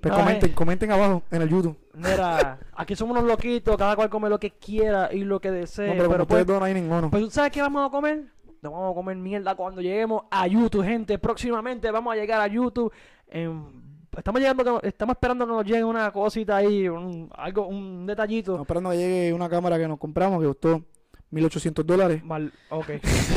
C: Pues
A: Ay.
C: comenten, comenten abajo en el YouTube.
A: Mira, aquí somos unos loquitos. Cada cual come lo que quiera y lo que desee.
C: no, pero, como
A: pero
C: ustedes
A: pues,
C: dos no hay ninguno.
A: pues, ¿tú sabes qué vamos a comer? Nos vamos a comer mierda cuando lleguemos a YouTube, gente. Próximamente vamos a llegar a YouTube. en- estamos llegando, estamos esperando que nos llegue una cosita ahí, un, algo, un detallito.
C: Estamos esperando que llegue una cámara que nos compramos que costó 1800 dólares.
A: Mal,
C: <laughs>
A: ok. <laughs>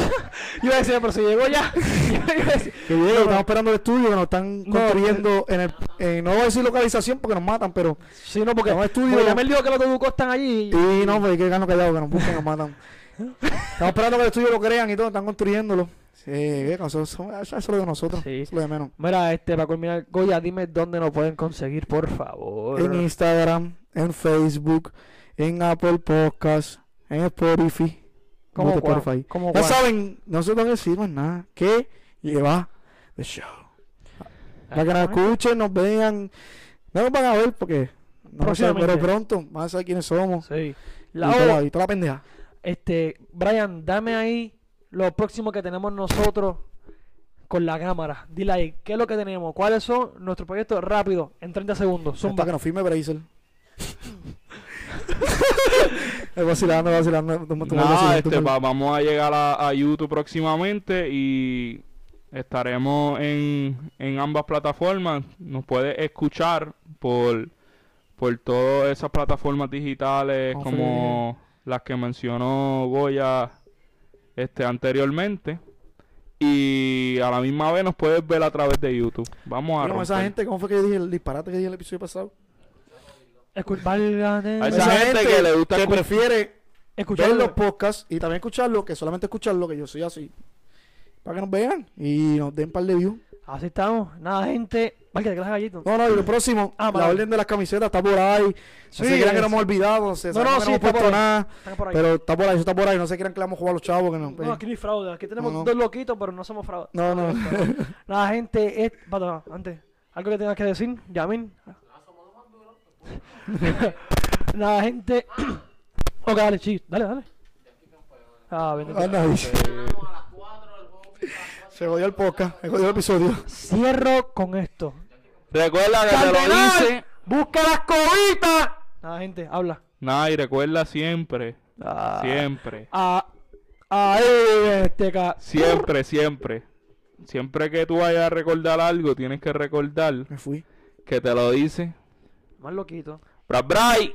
A: yo iba a decir, pero si llegó ya. <laughs> yo iba a decir-
C: Que llegue, estamos esperando el estudio que nos están
A: No, pues,
C: construyendo en el. eh, no voy a decir localización porque nos matan, pero.
A: sí, no, porque.
C: Estamos en estudio.
A: porque ya me dijo que los teducos están allí.
C: Y no, pues que gano callado, que nos busquen,
A: <laughs>
C: nos matan. Estamos esperando que el estudio lo crean y todo, están construyéndolo. Sí, que eso, eso, eso es lo de nosotros.
A: Sí.
C: Eso es lo de menos.
A: Mira, este, para culminar, Goya, dime dónde nos pueden conseguir, por favor.
C: En Instagram, en Facebook, en Apple Podcasts, en Spotify.
A: ¿Cómo
C: en
A: cuál?
C: Spotify.
A: ¿Cómo
C: Ya
A: cuál?
C: saben, nosotros decimos nada. Que lleva the show. Para que nos
A: Exactamente.
C: escuchen, nos vean. No nos van a ver porque. No sé,
A: Próximamente.
C: pero pronto van a saber quiénes somos.
A: Sí.
C: y,
A: La
C: toda,
A: O,
C: y toda la pendeja.
A: este, Brian, dame ahí lo próximo que tenemos nosotros con la cámara. Dile ahí, ¿qué es lo que tenemos? ¿Cuáles son nuestros proyectos? Rápido, en 30 segundos.
C: Hasta
A: Zumba.
C: que nos firme Brazel. <laughs> Es vacilando, vacilando. tú- tú- tú-
B: Nada,
C: vacilando,
B: este,
C: tú-
B: va- vamos a llegar a, a YouTube próximamente y estaremos en, en ambas plataformas. Nos puedes escuchar por, por todas esas plataformas digitales
C: Ah,
B: como las que mencionó Goya este, anteriormente. Y a la misma vez nos puedes ver a través de YouTube. Vamos a
C: Mira, esa
B: romper.
C: gente, ¿cómo fue que yo dije el disparate que dije el episodio pasado?
A: Escu- válgame-
B: A esa gente que le gusta
C: que
B: escu-
C: prefiere
A: Escuchar
C: ver los podcasts y también escucharlo, que solamente escucharlo, que yo soy así. Para que nos vean y nos den un par de views.
A: Así estamos. Nada, gente. Vaya, que las gallitos.
C: No, no, y lo próximo,
A: Ah,
C: la
A: vale.
C: orden de las camisetas está por ahí.
A: Sí,
C: no se crean que
A: es-
C: no hemos olvidado, se
A: No,
C: no,
A: no,
C: no,
A: sí,
C: hemos
A: está
C: puesto
A: por ahí.
C: nada.
A: Están por ahí.
C: Pero está por ahí, eso está por ahí. No se crean que le hemos jugado a los chavos. Que no,
A: No, aquí no hay fraude. Aquí tenemos
C: No, no.
A: dos loquitos, pero no somos fraude.
C: no, no.
A: Nada, gente. Es... Pato, no, antes. ¿Algo que tengas que decir, Yamin? <laughs> Nada, gente. <coughs> ok, dale, sí. Dale, dale. Ah, bendito.
C: Ah, no, dice. Se jodió el podcast, se jodió el episodio.
A: Cierro con esto.
B: Recuerda que te lo dice.
A: ¡Busca las cobitas! Nada, gente, habla.
B: Nada, y recuerda siempre,
A: Ah,
B: siempre.
A: ah, ahí, este ca...
B: Siempre, siempre. Siempre que tú vayas a recordar algo, tienes que recordar
C: Me fui.
B: que te lo dice.
A: Más loquito.
B: ¡Bra, bray!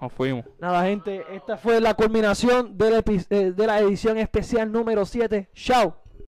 B: Nos fuimos.
A: Nada, gente, esta fue la culminación del epi- eh, de la edición especial número 7. ¡Chao!